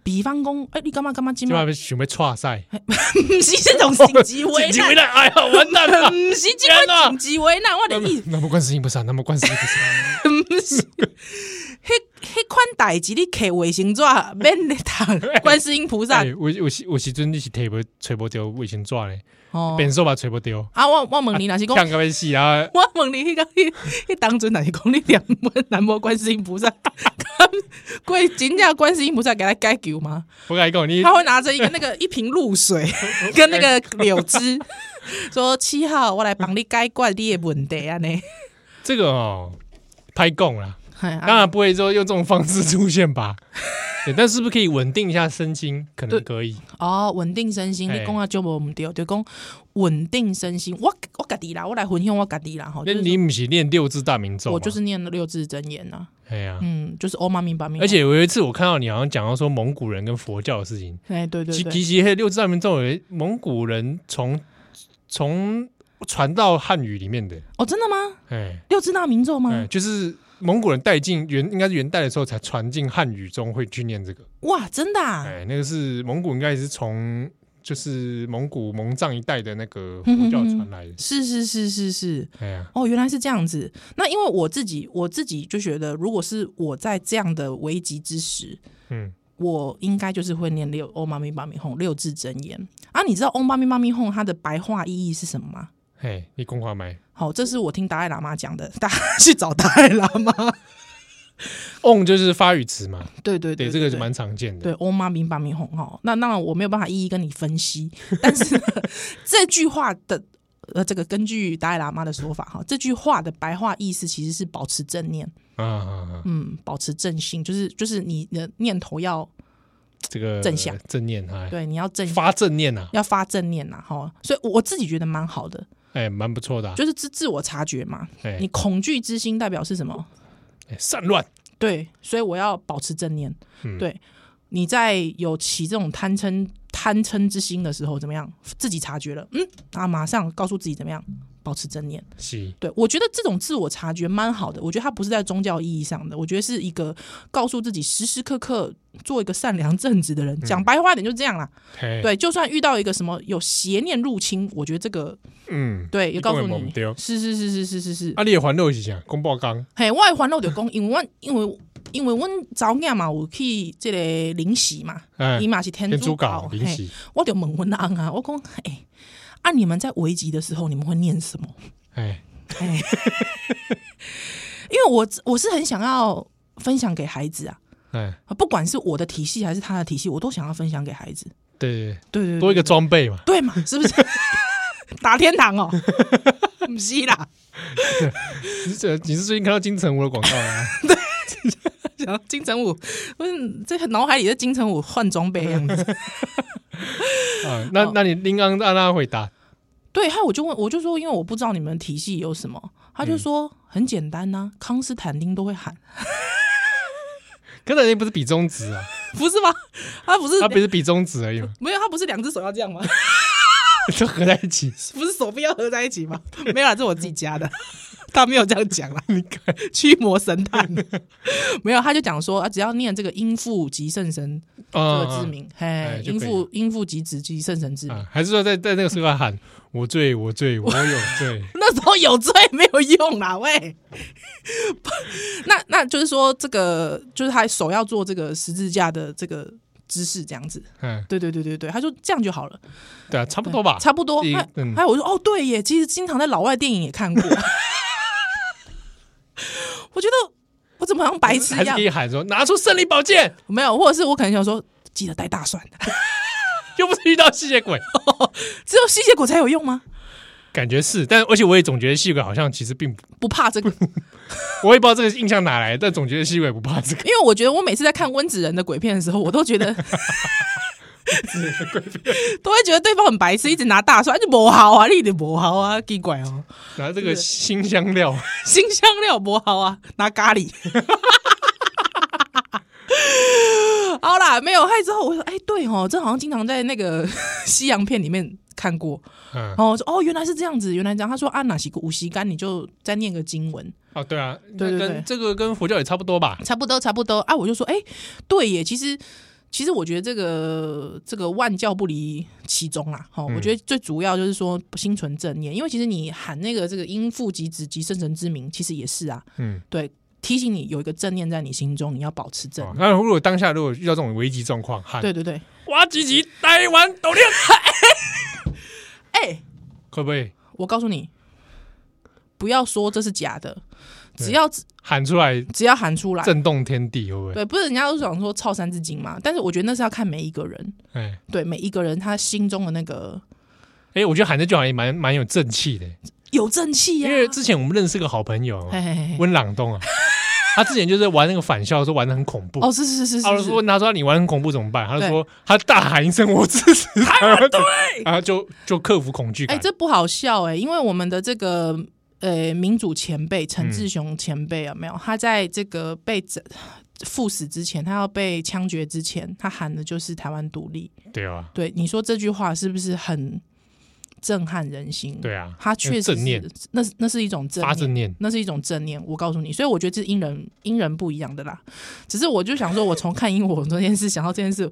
S2: 比方讲，哎、你干嘛干嘛今
S1: 今
S2: 晚？
S1: 晚想要岔赛，
S2: 不是这种哦紧 急危
S1: 紧急危
S2: 难，
S1: 难，哎呀，完蛋 了！
S2: 不是这款紧急危难，我的意思。
S1: 那么观世音菩萨，那么观世音菩 萨，
S2: 不是，迄迄款代志你摕卫生纸免咧烫观世音菩萨
S1: 哎，我我时我时阵你是提不吹不掉卫生纸嘞，
S2: 哦。
S1: 变数吧吹不掉，
S2: 啊，我我问你，若是讲，
S1: 呛个要死啊！
S2: 我问你迄个迄迄当阵若是讲你念本南无观世音菩萨， 过真正观世音菩萨给他解救吗？
S1: 我跟你讲，你
S2: 他会拿着一个那 个一瓶露水跟那个柳枝说：“七号，我来帮你解决你的问题啊！”呢，
S1: 这个哦，拍供啦，
S2: 嘿啊
S1: 当然不会说用这种方式出 现吧？对，但是不是可以稳定一下身心？可能
S2: 对
S1: 可以。
S2: 哦，稳定身心，
S1: 嘿
S2: 你讲啊，就无毋对，就讲稳定身心。我我家己啦，我来分享我家己啦，吼，
S1: 那
S2: 就是
S1: 你不是练六字大明咒吗？
S2: 我就是念了六字真言呐、
S1: 哎呀，
S2: 嗯，就是欧妈咪巴咪，
S1: 而且有一次我看到你好像讲到说蒙古人跟佛教的事情，
S2: 哎，对对
S1: 其
S2: 对，
S1: 其实黑六字大明咒，蒙古人从从传到汉语里面的，
S2: 哦，真的吗？
S1: 哎
S2: 六字大明咒吗？
S1: 哎，就是蒙古人带进元，应该是元代的时候才传进汉语中会去念这个，
S2: 哇，真的、啊，
S1: 哎，那个是蒙古应该是从就是蒙古蒙藏一带的那 个佛教传来的，
S2: 是是是是是，
S1: 哎呀，
S2: 哦，原来是这样子。那因为我自己，我自己就觉得，如果是我在这样的危急之时，
S1: 嗯，
S2: 我应该就是会念六欧妈咪巴咪哄六字真言啊。你知道欧妈咪巴咪哄它的白话意义是什么吗？
S1: 嘿，你公话没
S2: 好，这是我听达赖喇嘛讲的， 大家去找达赖喇嘛。
S1: ？on 就是发语词嘛，
S2: 对对
S1: 对，
S2: 对，
S1: 这个是
S2: 对
S1: 蛮常见的，
S2: 对欧妈明白明红哈。那当然我没有办法一一跟你分析，但是呢这句话的呃，这个根据达赖喇嘛的说法哈，这句话的白话意思其实是保持正念，
S1: 啊啊啊，
S2: 嗯，保持正性，就是就是你的念头要
S1: 这个
S2: 正向
S1: 正念，哎，
S2: 对，你要正。
S1: 发正念啊呐，
S2: 要发正念呐，哈，所以我自己觉得蛮好的，
S1: 哎，蛮不错的啊，
S2: 就是自自我察觉嘛。
S1: 哎
S2: 你，恐惧之心代表是什么？
S1: 哎散乱，
S2: 对，所以我要保持正念。
S1: 嗯
S2: 对，你在有起这种贪嗔贪嗔之心的时候，怎么样？自己察觉了，嗯，啊，马上告诉自己怎么样保持正念。
S1: 是，
S2: 对我觉得这种自我察觉蛮好的，我觉得它不是在宗教意义上的，我觉得是一个告诉自己时时刻刻做一个善良正直的人。讲白话点就这样啦。
S1: 嘿，
S2: 嗯对，就算遇到一个什么有邪念入侵，我觉得这个
S1: 嗯，
S2: 对也告诉
S1: 我们
S2: 你，
S1: 对哦
S2: 是是是是是是是。
S1: 啊，你也环绕一下，公报刚，
S2: 嘿，我的烦恼就讲，因为我因为因为阮早囝嘛有去即个灵洗嘛，
S1: 哎
S2: 伊，嘛是天
S1: 天
S2: 主
S1: 主
S2: 教
S1: 教，灵
S2: 嘿
S1: 洗，
S2: 我就问阮翁啊，我讲，哎、啊，你们在危急的时候，你们会念什么？
S1: 哎，
S2: 哎， 因为我我是很想要分享给孩子啊，
S1: 哎，
S2: 不管是我的体系还是他的体系，我都想要分享给孩子。
S1: 对，
S2: 对对对，
S1: 多一个装备嘛，
S2: 对嘛，是不 是？打天堂哦， 不是啦，
S1: 你这你是最近看到金城武的广告啊 吗？
S2: 想要金城武，我这个脑海里的金城武换装备的样子。
S1: 啊，那
S2: 哦
S1: 那你应刚让他回答，
S2: 对，还有我就问，我就说，因为我不知道你们体系有什么，他
S1: 嗯
S2: 就说、很简单呐、康斯坦丁都会喊，
S1: 可是你不是比中指啊，
S2: 不是吗？他不是、
S1: 他不是比中指而已 嘛，
S2: 没有，他不是两只手要这样吗？
S1: 就合在一起，
S2: 不是手臂要合在一起吗？ 没有啦，这我自己加的， 他没有这样讲啦，
S1: 你看
S2: 驱魔神探 没有，他就讲说啊，只要念这个应父及圣神这个
S1: 啊
S2: 之，名，
S1: 哎
S2: 嘿，
S1: 就
S2: 应
S1: 可以
S2: 父应父及子及圣神之
S1: 啊
S2: 名。
S1: 啊还是说在在那个时候要喊 我醉我醉 我有罪，
S2: 那时候有罪没有用啦，喂。 那那就是说，这个就是他手要做这个十字架的这个姿势，这样子。
S1: 嗯，
S2: 对对对对对，他说这样就好了，
S1: 对啊，差不多吧，
S2: 差不多。
S1: 一
S2: 还
S1: 嗯
S2: 还有我说哦，对耶，其实经常在老外电影也看过。 我觉得我怎么好像白痴
S1: 还
S2: 一
S1: 是
S2: 样
S1: 可？以喊说拿出胜利宝剑，
S2: 没有，或者是我可能想说，记得带大蒜，
S1: 又不是遇到吸血鬼，
S2: 只有吸血鬼才有用吗？
S1: 感觉是，但而且我也总觉得吸血鬼好像其实并不。
S2: 不怕这个，
S1: 我也不知道这个印象哪来，但总觉得吸鬼不怕这 个
S2: 因为我觉得我每次在看温子仁的鬼片的时候，我都觉得都会觉得对方很白痴，一直拿大蒜就不好啊，你的不好啊，奇怪哦，
S1: 拿这个新香料，
S2: 新香料不好啊，拿咖喱。好啦，没有害之后，我说，哎、对哦，这好像经常在那个 西洋片里面看过。
S1: 嗯
S2: 然，后我说，哦，原来是这样子，原来这样。他说，啊，哪些五席干，你就再念个经文，
S1: 哦，对啊，
S2: 对对
S1: 那
S2: 对
S1: 跟这个跟佛教也差不多吧，
S2: 差不多，差不多啊！我就说，哎、对耶，其实其实我觉得这个这个万教不离其宗啦，哈、
S1: 嗯
S2: 我觉得最主要就是说心存正念，因为其实你喊那个这个应父及子及圣神之名，其实也是啊，
S1: 嗯，
S2: 对，提醒你有一个正念在你心中，你要保持正
S1: 哦哎
S2: 念。
S1: 那如果当下如果遇到这种危机状况，喊
S2: 对对对，
S1: 哇吉吉台湾斗量，
S2: 哎、
S1: 会不会
S2: 我告诉你，不要说这是假的，
S1: 对
S2: 只要只
S1: 喊出来
S2: 要喊出来，
S1: 震动天地？会不会？
S2: 对，不是人家都想说操三字经嘛，但是我觉得那是要看每一个人，
S1: 哎
S2: 对每一个人他心中的那个
S1: 哎，我觉得喊这句好像也蛮蛮有正气的，
S2: 有正气呀、
S1: 哦
S2: 哎
S1: 因为之前我们认识个好朋友
S2: 嘿嘿嘿
S1: 温朗东啊，他之前就是玩那个返校，说玩的很恐怖。
S2: 哦，是是是是
S1: 他
S2: 是，
S1: 就是说拿出来你玩很恐怖怎么办？他就说他大喊一声我支 持台湾，对， 然后就就克服恐惧
S2: 哎、
S1: 感。
S2: 这不好笑哎、因为我们的这个呃民主前辈陈志雄前辈有没有？他在这个被整赴死之前，他要被枪决之前，他喊的就是台湾独立。
S1: 对啊，
S2: 对，你说这句话是不是很震撼人心？
S1: 对啊
S2: 他确实是
S1: 正念，
S2: 那那是一种正
S1: 发
S2: 念，
S1: 正念，
S2: 那是一种正念。我告诉你，所以我觉得这是因人因人不一样的啦。只是我就想说，我从看英文这件事想到这件事，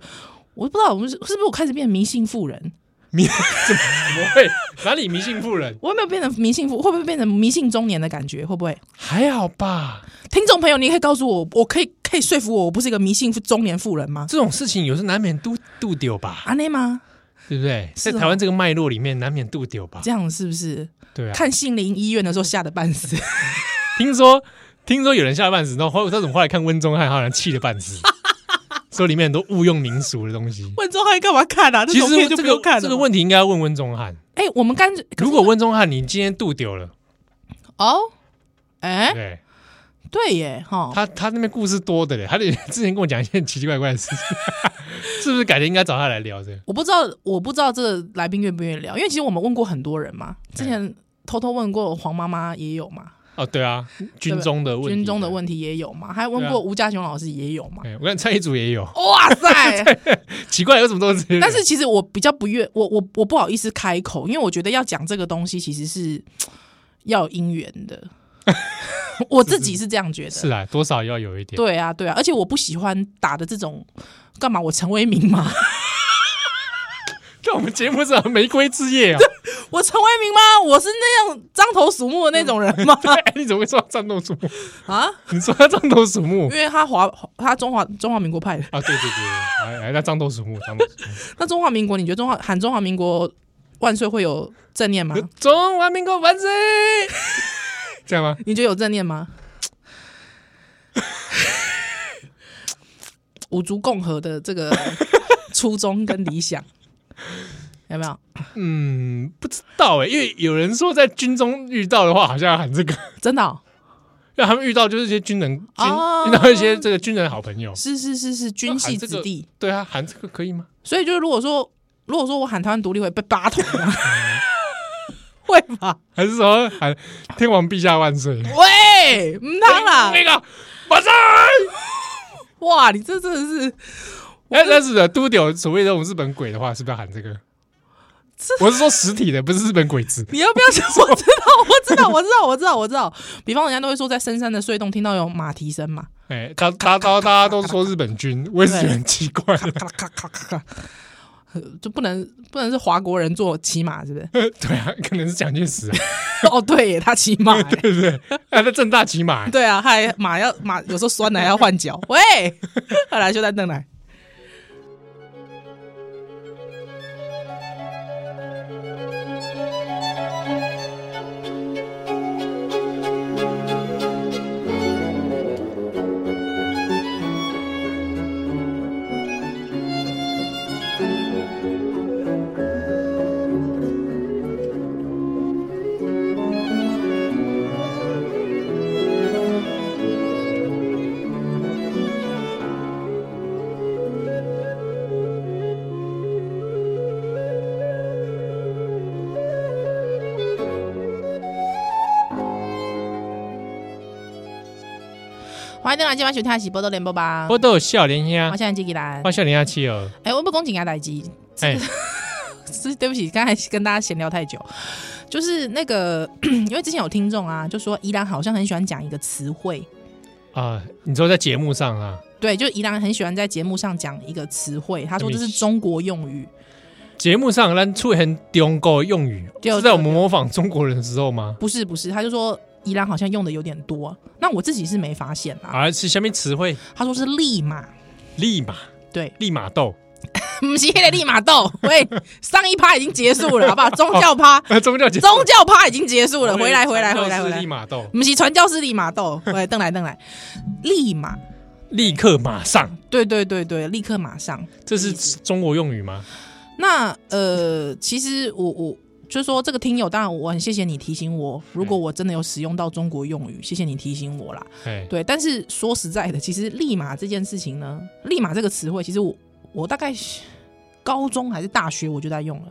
S2: 我不知道我们是是不是我开始变迷信富人，
S1: 迷怎么怎么会哪里迷信妇人？
S2: 我有没有变成迷信富，会不会变成迷信中年的感觉？会不会？
S1: 还好吧，
S2: 听众朋友，你可以告诉我，我可以可以说服我，我不是一个迷信中年富人吗？
S1: 这种事情有时候难免度度丢吧，
S2: 阿内吗？
S1: 对不对？
S2: 是
S1: 在
S2: 哦
S1: 台湾这个脉络里面，难免度丢吧
S2: 这，样是不是？
S1: 对啊。
S2: 看杏林医院的时候吓得半死。
S1: 听说听说有人吓得半死，然后后来他怎么后来看温中汉，他好像气得 半死，说里面很多误用民俗的东西。
S2: 问钟汉干嘛看啊？这
S1: 其
S2: 种片
S1: 实
S2: 就
S1: 这
S2: 不用看
S1: 个
S2: 了。
S1: 这个问题应该要问温中汉。
S2: 哎、我们干脆可是
S1: 如果温中汉你今天度丢了，
S2: 哦，哎、
S1: 对，
S2: 对耶，哈，
S1: 他他那边故事多的嘞，他得之前跟我讲一些奇奇怪怪的事情， 是不是改天应该找他来聊这个？
S2: 我不知道，我不知道这个来宾愿不愿意聊，因为其实我们问过很多人嘛，之前偷偷问过黄妈妈也有嘛，
S1: 哦，对啊，军中的问题，
S2: 军中的问题也有嘛，还问
S1: 对啊
S2: 过吴家雄老师也有嘛。
S1: 哎，我看蔡一组也有，
S2: 哇塞！
S1: 奇怪，为什么都是这些人？
S2: 但是其实我比较不愿，我我我不好意思开口，因为我觉得要讲这个东西其实是要有因缘 的，我自己是这样觉得。
S1: 是啊，多少要有一点，
S2: 对啊，对啊，而且我不喜欢打的这种，干嘛？我陈为民吗？
S1: 但我们节目是啊玫瑰之夜啊，
S2: 我陈为民吗？我是那样獐头鼠目的那种 人吗？
S1: 哎， 你怎么会说他战斗鼠目？
S2: 啊，
S1: 你说他战斗鼠目
S2: 因？为他华他中华中华民国派的，
S1: 啊，对对对对，哎哎，那战斗鼠目，战斗鼠目，
S2: 那中华民国，你觉得中华喊中华民国万岁会有正念吗？
S1: 中华民国万岁，这样吗？
S2: 你觉得有正念吗？ 五族共和的这 个初衷跟理想有没有？
S1: 嗯，不知道哎，因为有人说在军中遇到的话，好像要喊这个。
S2: 真的哦、
S1: 让他们遇到就是一些军人，军
S2: 哦
S1: 遇到一些这个军人好朋友，
S2: 是是是是军系子弟，
S1: 对啊，喊这个可以吗？
S2: 所以就是如果说如果说我喊台湾独立会被扒头吗？ 会吧？
S1: 还是说喊天皇陛下万岁？
S2: 喂，唔当啦！
S1: 那个万岁！
S2: 哇，你这真的是
S1: 哎，但是的都丢所谓的我们日本鬼的话，是不是要喊这个？我是说实体的，不是日本鬼子。
S2: 你要不要讲？我知道，我知道，我知道，我知道，我知道。比方人家都会说，在深山的隧洞听到有马蹄声嘛，
S1: 哎，大大大大家都说日本军，我也是觉得很奇怪的。？
S2: 咔啦咔咔咔咔，呃就不能不能是华国人做骑马，是不是
S1: 对啊，可能是蒋介石啊，
S2: 哦，对耶，他骑马耶，
S1: 对不对？啊，在正大骑马，
S2: 对啊，他还马要马有时候酸奶还要换脚，喂， 后来就在邓来。欢迎邓来今晚收听的是《波多联播》吧，
S1: 我都有笑脸
S2: 我
S1: 呀，
S2: 现在记起来
S1: 花。笑脸呀，妻儿，
S2: 哎，我不恭敬啊，代机，
S1: 哎，
S2: 是对不起，刚才跟大家闲聊太久，就是那个， 因为之前有听众啊，就说宜兰好像很喜欢讲一个词汇，
S1: 啊，你说在节目上啊，
S2: 对，就宜兰很喜欢在节目上讲一个词汇，他说
S1: 什
S2: 这
S1: 么
S2: 是
S1: 意思
S2: 中国用语，
S1: 节目上咱出现中国用语，
S2: 对
S1: 是在我们模仿中国人的时候吗？
S2: 不是不是，他就说宜兰好像用的有点多，那我自己是没发现啦。
S1: 啊，是下面词汇，
S2: 他说是立马，
S1: 立马
S2: 对，
S1: 立马豆，
S2: 不是那个立马豆， 哦喂，上一趴已经结束了，好不好？宗教 趴，
S1: 呃，宗教节
S2: 宗教趴已经结束了，回来回来
S1: 宗
S2: 回来
S1: 教是
S2: 回来
S1: 立，马豆，
S2: 不是传教士立马豆， 喂，邓来邓来，立马，
S1: 立刻马上，
S2: 对对对对，立刻马上。
S1: 这是中国用语吗？
S2: 那呃，其实我我就是说这个听友，当然我很谢谢你提醒我，如果我真的有使用到中国用语，谢谢你提醒我啦。
S1: 哎，
S2: 对，但是说实在的，其实“立马”这件事情呢，“立马”这个词汇，其实我我大概高中还是大学我就在用了。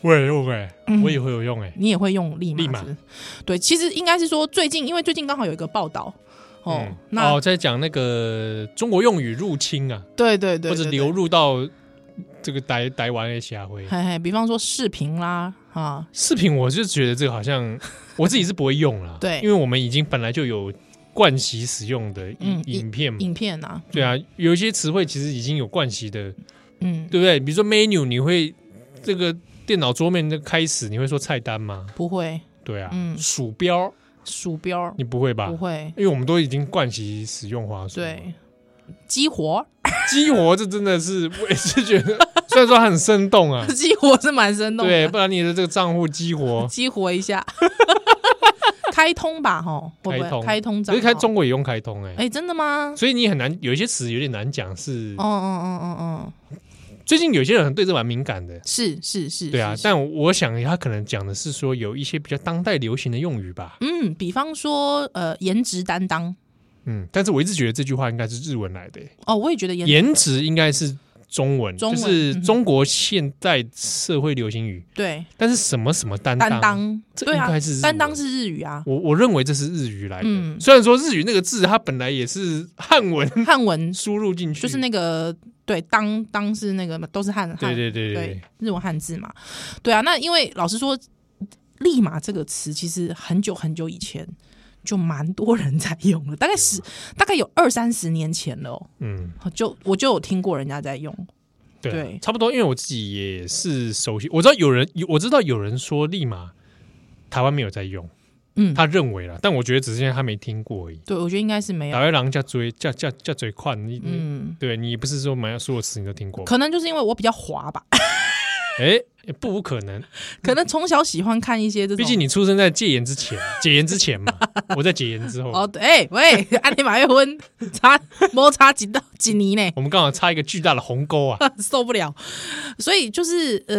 S1: 我也用哎，
S2: 嗯
S1: 我也会有用哎，
S2: 你也会用立马
S1: 立马
S2: 是不是对，其实应该是说最近，因为最近刚好有一个报道哦，
S1: 嗯
S2: 那、
S1: 哦，在讲那个中国用语入侵啊，
S2: 对对对
S1: 或者
S2: 对对
S1: 流入到这个台台湾的下回。
S2: 嘿嘿，比方说视频啦啊，
S1: 视频我就觉得这个 好像我自己是不会用啦，
S2: 对
S1: 因为我们已经本来就有惯习使用的
S2: 嗯
S1: 影影片嘛，
S2: 影片啊，
S1: 对啊，有一些词汇其实已经有惯习的，
S2: 嗯，
S1: 对不对？比如说 menu，你会这个电脑桌面的开始，你会说菜单吗？
S2: 不会，
S1: 对啊，
S2: 嗯
S1: 鼠标
S2: 鼠标
S1: 你不会吧
S2: 不？会，
S1: 因为我们都已经惯习使用滑鼠，，
S2: 对，激活
S1: 激活这真的是我也是觉得， 虽然说它很生 动啊，
S2: 激活是蛮生动啊
S1: 对，
S2: 的，，
S1: 不然你的这个账户激活
S2: 激活一下， 开通吧哈，会不
S1: 开
S2: 会
S1: 通
S2: 开通
S1: 可
S2: 账
S1: 是
S2: 号？
S1: 开中国也用开通哎、
S2: 哎，真的吗？
S1: 所以你很难，有一些词有点难讲。是
S2: 哦哦哦哦哦，
S1: 最近有些人对这蛮敏感的，
S2: 是是是，
S1: 对啊
S2: 是。是
S1: 但我想他可能讲的是说有一些比较当代流行的用语吧，
S2: 嗯，比方说呃，颜值担当
S1: 嗯。但是我一直觉得这句话应该是日文来的，
S2: 哦，我也觉得颜
S1: 颜值应该是中文，
S2: 中
S1: 就
S2: 文
S1: 是
S2: 嗯哼
S1: 中国现代社会流行语。
S2: 对
S1: 但是什么什么担
S2: 担当，
S1: 这
S2: 对
S1: 应
S2: 啊
S1: 该是日，文
S2: 担当是日语啊，
S1: 我我认为这是日语来的。
S2: 嗯
S1: 虽然说日语那个字它本来也是汉文
S2: 汉文
S1: 输入进去，
S2: 就是那个对当当是那个都是汉汉
S1: 对对对对
S2: 对
S1: 对，
S2: 日文汉字嘛，对啊。那因为老实说，“立马”这个词其实很久很久以前就蛮多人在用了，大概十
S1: 啊
S2: 大概有二三十年前了、哦，
S1: 嗯，
S2: 就我就有听过人家在用，
S1: 对啊，
S2: 对
S1: 差不多。因为我自己也是熟悉，我知道有人，有我知道有人说立马台湾没有在用，
S2: 嗯，
S1: 他认为啦，但我觉得只是因为他没听过而已。
S2: 对我觉得应该是没
S1: 打
S2: 有，
S1: 开狼叫追叫叫叫嘴快，你你、
S2: 嗯，
S1: 对你不是说买所有词你都 听过吧？
S2: 可能就是因为我比较滑吧，
S1: 哎、不无可能，
S2: 可能从小喜欢看一些这种，
S1: 毕竟你出生在戒严 之前，戒严之前嘛，我在戒严之后，
S2: 哦，对，哎、喂， 安尼马月婚差摩擦几到几年呢？
S1: 我们刚好插一个巨大的鸿沟啊。
S2: 受不了。所以就是呃，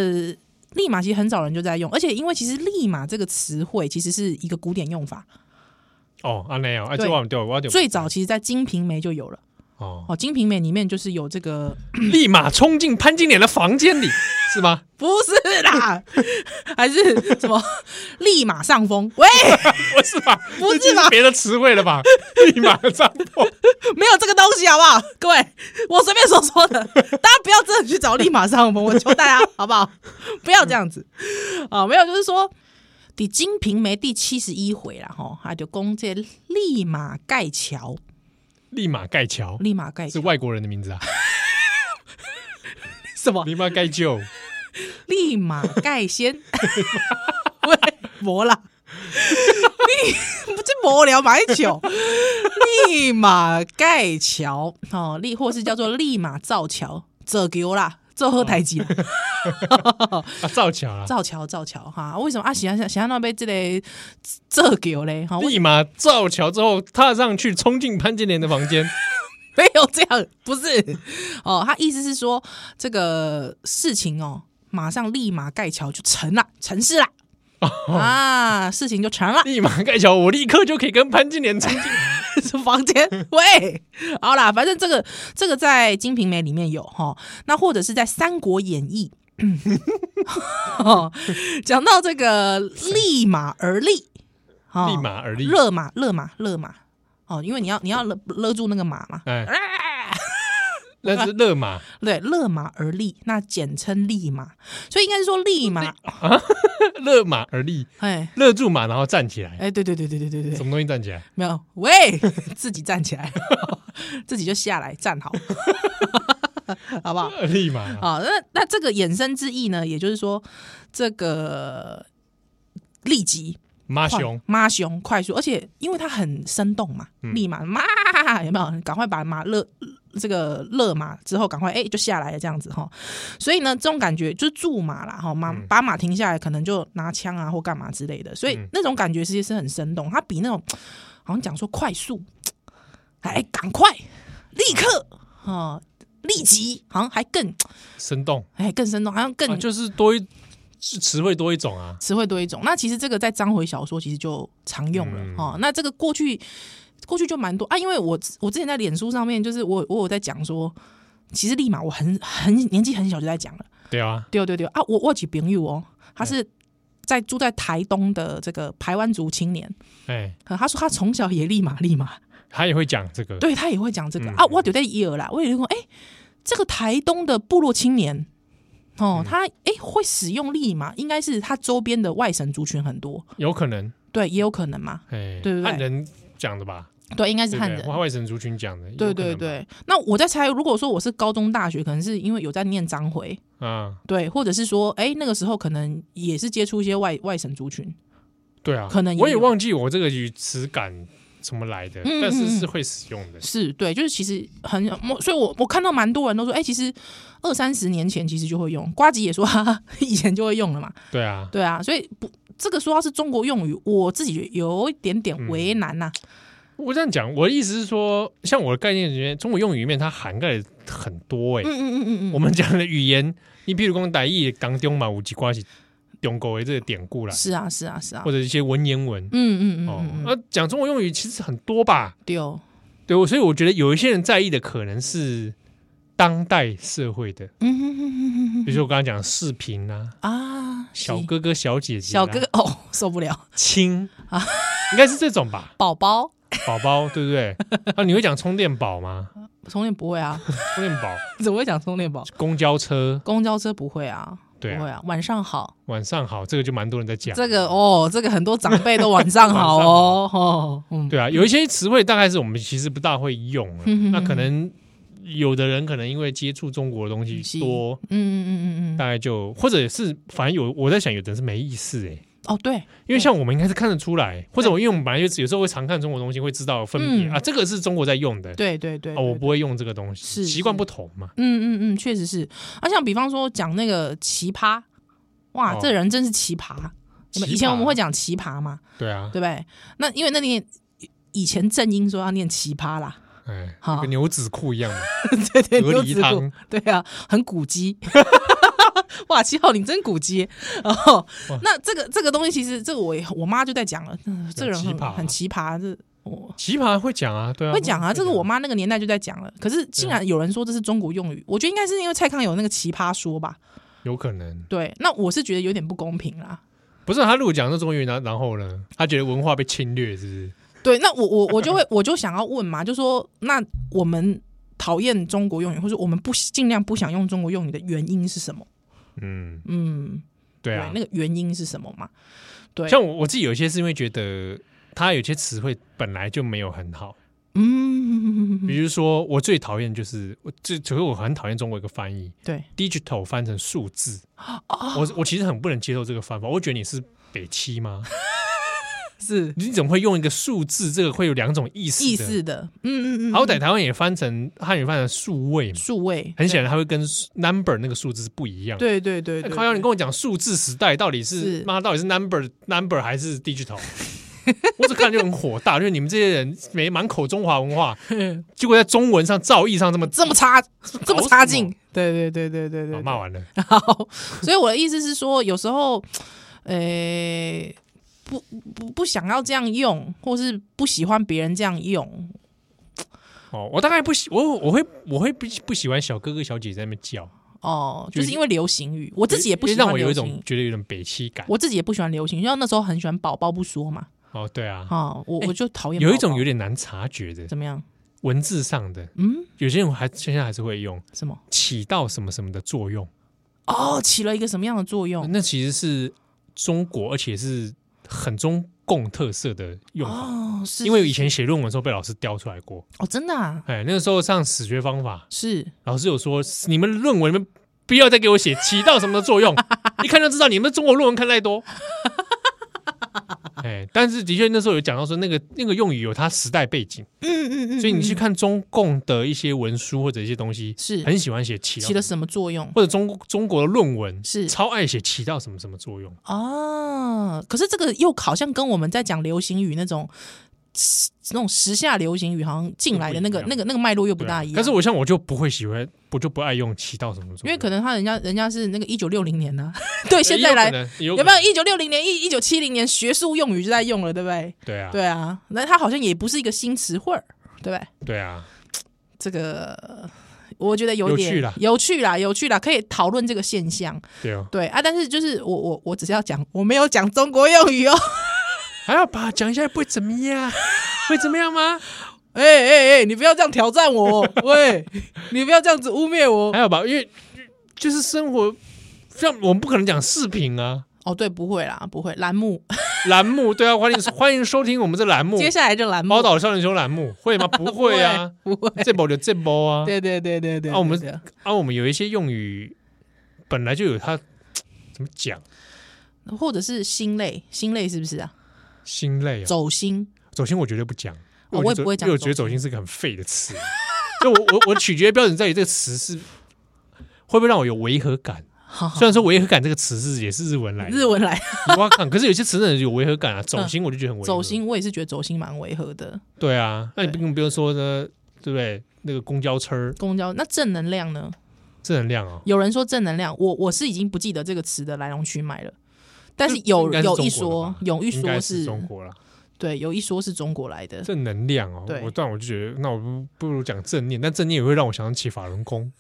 S2: 立马其实很少人就在用，而且因为其实立马这个词汇其实是一个古典用法，
S1: 哦，安内哦，哎，
S2: 对
S1: 这忘掉，我要
S2: 最早其实在《金瓶梅》就有了。
S1: 哦，
S2: 哦，《金瓶梅》里面就是有这个，
S1: 立马冲进潘金莲的房间里，是吗？
S2: 不是啦， 还是什么立马上风？喂，
S1: 不是吧？
S2: 不是吧
S1: 这就是别的词汇 了吧？立马上破，
S2: 没有这个东西好不好？各位，我随便说说的，大家不要真的去找立马上风，我求大家好不好？ 不要这样子啊、没有，就是说。第《金瓶梅》第七十一回啦，吼，他就攻这立马盖桥，
S1: 立马盖桥
S2: 立马盖
S1: 是
S2: 桥
S1: 外国人的名字啊，
S2: 什么？
S1: 立马盖旧，
S2: 立马盖先，喂，没啦，立不这无聊买球，立马盖桥哦，立或是叫做立马造桥，这丢啦，这喝台机啦，
S1: 啊，造桥啊，
S2: 造桥造桥哈，为什么啊？喜欢喜欢那被这类这丢嘞？ 哈，为
S1: 立马造桥之后踏上去，冲进潘金莲的房 间，
S2: 没有这样，不是 哦，他意思是说这个事情哦，马上立马盖桥就成了，成事啦。
S1: 哦
S2: 啊，事情就成了，
S1: 立马盖桥，我立刻就可以跟潘金莲冲进。
S2: 是房间。喂，好啦，反正这个这个在《金瓶梅》里面有哈，那或者是在《三国演义》 哦，讲到这个立马而立，哦
S1: 立马而立
S2: 勒马勒马勒马哦，因为你要你要勒勒住那个马嘛，
S1: 哎，
S2: 啊
S1: 那是 勒马，
S2: 对，勒马而立，那简称立马，所以应该是说立马，
S1: 勒马而立，
S2: 哎
S1: 勒住马，然后站起来，
S2: 哎，对对对对对对对，
S1: 什么东西站起来？
S2: 没有，喂， 自己站起来， 自己就下来站好， 好不好？
S1: 呃立马啊，
S2: 啊、那那这个衍生之意呢，也就是说，这个立即、
S1: 马
S2: 快
S1: 熊，、
S2: 妈熊、快速，而且因为它很生动嘛，立马妈有没有？赶快把马勒这个勒马之后，赶快哎、就下来了这样子哈。所以呢，这种感觉就是驻马啦哈，马把马停下来，可能就拿枪啊或干嘛之类的，所以
S1: 嗯
S2: 那种感觉其实是很生动，它比那种好像讲说快速，哎，赶快，立刻啊。立即好像还更
S1: 生动。
S2: 哎，更生动，好像更、
S1: 啊、就是多一是词汇多一种啊，
S2: 词汇多一种。那其实这个在章回小说其实就常用了
S1: 嗯
S2: 哦。那这个过去过去就蛮多啊，因为我我之前在脸书上面，就是我我有在讲说，其实立马我很很年纪很小就在讲了，
S1: 对啊，
S2: 对对对啊，我我有几朋友哦，他是在住在台东的这个台湾族青年，
S1: 哎，
S2: 呃他说他从小也立马立马，
S1: 他也会讲这个，
S2: 对他也会讲这个、
S1: 嗯
S2: 啊，我有在伊尔啦，我有说，哎、这个台东的部落青年。哦，他哎、会使用立马，应该是他周边的外省族群很多，
S1: 有可能，
S2: 对，也有可能嘛，
S1: 哎，
S2: 对不对
S1: 汉人讲的吧，
S2: 对，应该是
S1: 对不
S2: 汉
S1: 对
S2: 人，
S1: 外外省族群讲的，
S2: 对
S1: 有可
S2: 对
S1: 能吧，
S2: 对。那我在猜，如果说我是高中、大学，可能是因为有在念章回，
S1: 啊，
S2: 对，或者是说，哎，那个时候可能也是接触一些外外省族群，
S1: 对啊，
S2: 可能也
S1: 我也
S2: 有
S1: 忘记我这个语词感怎么来的，
S2: 嗯
S1: 但是
S2: 嗯
S1: 是会使用的，
S2: 是对，就是其实很，我所以我我看到蛮多人都说，哎，其实二三十年前其实就会用，瓜吉也说哈哈，以前就会用了嘛，
S1: 对啊，
S2: 对啊，所以不。这个说它是中国用语，我自己有一点
S1: 嗯
S2: 点为难呐、
S1: 我这样讲，我的意思是说，像我的概念里面，中国用语里面它涵盖了很多哎、
S2: 嗯嗯嗯嗯
S1: 我
S2: 嗯，
S1: 们讲的语言，你譬如讲台语当中嘛，有几关是中国的这个典故啦，
S2: 是啊是啊是啊
S1: 或，者一些文言文。
S2: 嗯嗯嗯
S1: 哦
S2: 嗯，嗯，
S1: 那讲中国用语其实很多吧？
S2: 对哦，
S1: 对，我所以我觉得有一些人在意的可能是当代社会的，
S2: 嗯哼哼哼哼哼
S1: 比如说我刚刚讲的视频啊，
S2: 啊，
S1: 小
S2: 是
S1: 哥哥、小姐姐、啊
S2: 小哥、哦，受不了，
S1: 亲啊，应该是这种吧？
S2: 宝宝
S1: 宝宝，对不对？啊，你会讲充电宝吗？
S2: 充电不会啊，
S1: 充电宝、
S2: 怎么会讲充电宝？
S1: 公交车，
S2: 公交车不会啊，
S1: 对啊
S2: 不会啊。晚上好，
S1: 晚上好，这个就蛮多人在讲
S2: 这个哦，这个很多长辈都 晚上好哦，哦，嗯，
S1: 对啊，有一些词汇大概是我们其实不大会用啊，
S2: 嗯
S1: 那可能有的人可能因为接触中国的东西
S2: 是
S1: 多，
S2: 嗯嗯嗯嗯嗯，
S1: 大概就或者是反正有我在想，有的人是没意思哎、
S2: 哦对，
S1: 因为像我们应该是看得出来，或者我因为我们本来就有时候会常看中国东西，会知道分别、
S2: 嗯
S1: 啊，这个是中国在用的，
S2: 对对对，
S1: 啊，我
S2: 对
S1: 不会用这个东西，
S2: 是
S1: 习惯
S2: 是
S1: 不同嘛，
S2: 嗯嗯嗯，确实是。啊，像比方说讲那个奇葩，哇
S1: 哦，
S2: 这人真是奇葩。你们
S1: 奇葩
S2: 以前我们会讲奇葩嘛，
S1: 对啊
S2: 对，不对？那因为那年以前正英说要念奇葩啦，
S1: 哎，
S2: 好
S1: 跟牛仔裤一样嘛，
S2: 对对，
S1: 隔
S2: 牛
S1: 离
S2: 子
S1: 汤
S2: 骨，对啊，很古 鸡。哇，七号你真古鸡哦
S1: 哇！
S2: 那这个这个东西，其实这个我也我妈就在讲了，嗯这个人
S1: 很
S2: 很
S1: 奇葩
S2: 很奇葩，这我
S1: 棋盘会讲啊，对啊，
S2: 会讲啊，这个我
S1: 们
S2: 妈那个年代就在讲了。可是竟然有人说这是中国用
S1: 啊
S2: 语，我觉得应该是因为蔡康永那个奇葩说吧？
S1: 有可能
S2: 对，那我是觉得有点不公平啦。
S1: 不是他如果讲这中文，然然后呢，他觉得文化被侵略，是不是？
S2: 对，那我我我就 会我就想要问嘛，就说那我们讨厌中国用语，或者我们不尽量不想用中国用语的原因是什么？
S1: 嗯，
S2: 嗯，
S1: 对啊，
S2: 那个原因是什么嘛？对，
S1: 像我我自己有些是因为觉得它有些词汇本来就没有很好，
S2: 嗯，
S1: 比如说我最讨厌就是我最，除非我很讨厌中国一个翻译
S2: 对，
S1: digital 翻成数字，
S2: 哦
S1: 我我其实很不能接受这个翻法，我会觉得你是北七吗？
S2: 是
S1: 你怎么会用一个数字？这个会有两种 意思的，
S2: 意思的，嗯嗯嗯，
S1: 好歹台湾也翻成汉语翻成数位嘛，
S2: 数位，
S1: 很显然它会跟 number 那个数字是不一样的。
S2: 对对对
S1: 哎
S2: 对，
S1: 靠腰，你跟我讲数字时代到底是
S2: 是
S1: 妈到底是 number number 还是 digital？我只看就很火大，就是你们这些人没满口中华文 化，结果在中文上造诣上这么
S2: 这么差，这么差劲
S1: 搞什，
S2: 对对对对对
S1: 啊
S2: 对，
S1: 骂完了，
S2: 好，所以我的意思是说，有时候，呃，不不不想要这样用，或是不喜欢别人这样用，
S1: 哦，我大概不喜我我会我会不不喜欢小哥哥小姐姐在那边叫，
S2: 哦，
S1: 就
S2: 就是因为流行语，我自己也不喜
S1: 让
S2: 欢
S1: 我有
S2: 流
S1: 一
S2: 行
S1: 种
S2: 语。
S1: 觉得有点北七感。
S2: 我自己也不喜欢流行语，像那时候很喜欢宝宝不说嘛，
S1: 哦，对啊，
S2: 啊，我
S1: 哎
S2: 我就讨厌
S1: 有一种
S2: 宝宝
S1: 有点难察觉的
S2: 怎么样？
S1: 文字上的，
S2: 嗯，
S1: 有些人还现在还是会用
S2: 什么？
S1: 起到什么什么的作用，
S2: 哦，起了一个什么样的作用？
S1: 那其实是中国而且是很中共特色的用法。
S2: 哦，是
S1: 嗯因为以前写论文的时候被老师叼出来过。
S2: 哦，真的啊，
S1: 哎，那个时候上史学方法，
S2: 是
S1: 老师有说你们论文里面不要再给我写起到什么的 作用，一看就知道你们中国论文看太多。哎，但是的确那时候有讲到说那个那个用语有它时代背景，
S2: 嗯嗯嗯
S1: 所以你去看中共的一些文书或者一些东西，
S2: 是
S1: 很喜欢写起到
S2: 起了什么作用
S1: 或者中中国的论文
S2: 是
S1: 超爱写起到什么什么作用。
S2: 啊？可是这个又好像跟我们在讲流行语那种时那种时下流行语，好像进来的那个
S1: 又不一样
S2: 那个那个脉络又不
S1: 对
S2: 大
S1: 啊
S2: 一样。
S1: 但是我像我就不会喜欢不就不爱用气到什么作
S2: 因
S1: 用？
S2: 为可能他人家人家是那个一九六零年呢、 对，
S1: 呃
S2: 现在来
S1: 也有
S2: 有
S1: 可能有可
S2: 没
S1: 能
S2: 有一九六零年、一一九七零年学术用语就在用了，对不对？
S1: 对啊，
S2: 对啊，那它好像也不是一个新词汇儿，对不对？
S1: 对啊，
S2: 这个我觉得有点
S1: 有趣啦
S2: 有趣啦，有趣啦，可以讨论这个现象。
S1: 对哦，
S2: 对啊，但是就是我我我只是要讲，我没有讲中国用语哦。
S1: 还要把哎讲一下不会怎么样，会怎么样吗？
S2: 哎哎哎，你不要这样挑战我 哦，喂，你不要这样子污蔑我
S1: 还。有吧，因为就是生活，像我们不可能讲视频啊，
S2: 哦，对，不会啦，不会。栏目，
S1: 栏目对啊，欢迎欢迎收听 我们这栏目
S2: 接
S1: 《
S2: 下来就栏目。
S1: 宝岛少年兄》栏目，会吗？不会啊，
S2: 不会，
S1: 这波就这波啊，
S2: 对对对对对。
S1: 啊我们
S2: 对对
S1: 啊，我们有一些用语本来就有它怎么讲，
S2: 或者是心累，心累是不是啊？
S1: 心累啊，
S2: 走心，
S1: 走心我绝对不讲，
S2: 哦
S1: 因为
S2: 我也不会讲
S1: 因为我觉得走心是个很废的词。 就我我我取决的标准在于这个词是会不会让我有违和感。
S2: 好好
S1: 虽然说违和感这个词是也是日文来的，
S2: 日文来
S1: 我看，可是有些词真的有违和感啊。走心我就觉得很违和。
S2: 嗯走心，我也是觉得走心蛮违和的。
S1: 对啊，那你更不用说呢，对不对？那个公交车
S2: 公交那正能量呢？
S1: 正能量哦，
S2: 有人说正能量，我我是已经不记得这个词的来龙去脉了。但是
S1: 这
S2: 有
S1: 应该是
S2: 有一
S1: 中国的
S2: 说
S1: 吧，
S2: 有一
S1: 应该
S2: 说
S1: 是中国啦。
S2: 对，有一说是中国来的。
S1: 正能量哦
S2: 对，
S1: 我但我就觉得，那我不不如讲正念，但正念也会让我想起法轮功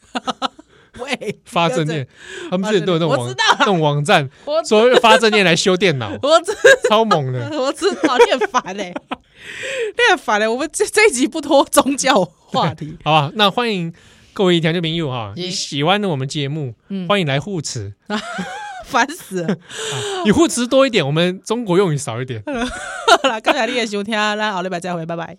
S2: 喂，
S1: 发正念，他们之前都有那种
S2: 我
S1: 网
S2: 知
S1: 那种网站，
S2: 我，
S1: 所谓发正念来修电脑
S2: 我知
S1: 超猛的。
S2: 我知道，你很烦嘞、你很烦嘞、欸我们这这一集不脱宗教话题，
S1: 好吧，那欢迎各位条件朋友哈，
S2: 是
S1: 你喜欢我们节目，
S2: 嗯
S1: 欢迎来护持，
S2: 烦死了。
S1: 你护持多一点，我们中国用语少一点。
S2: 好啦，感谢你的收听，啊咱后礼拜再会，拜拜。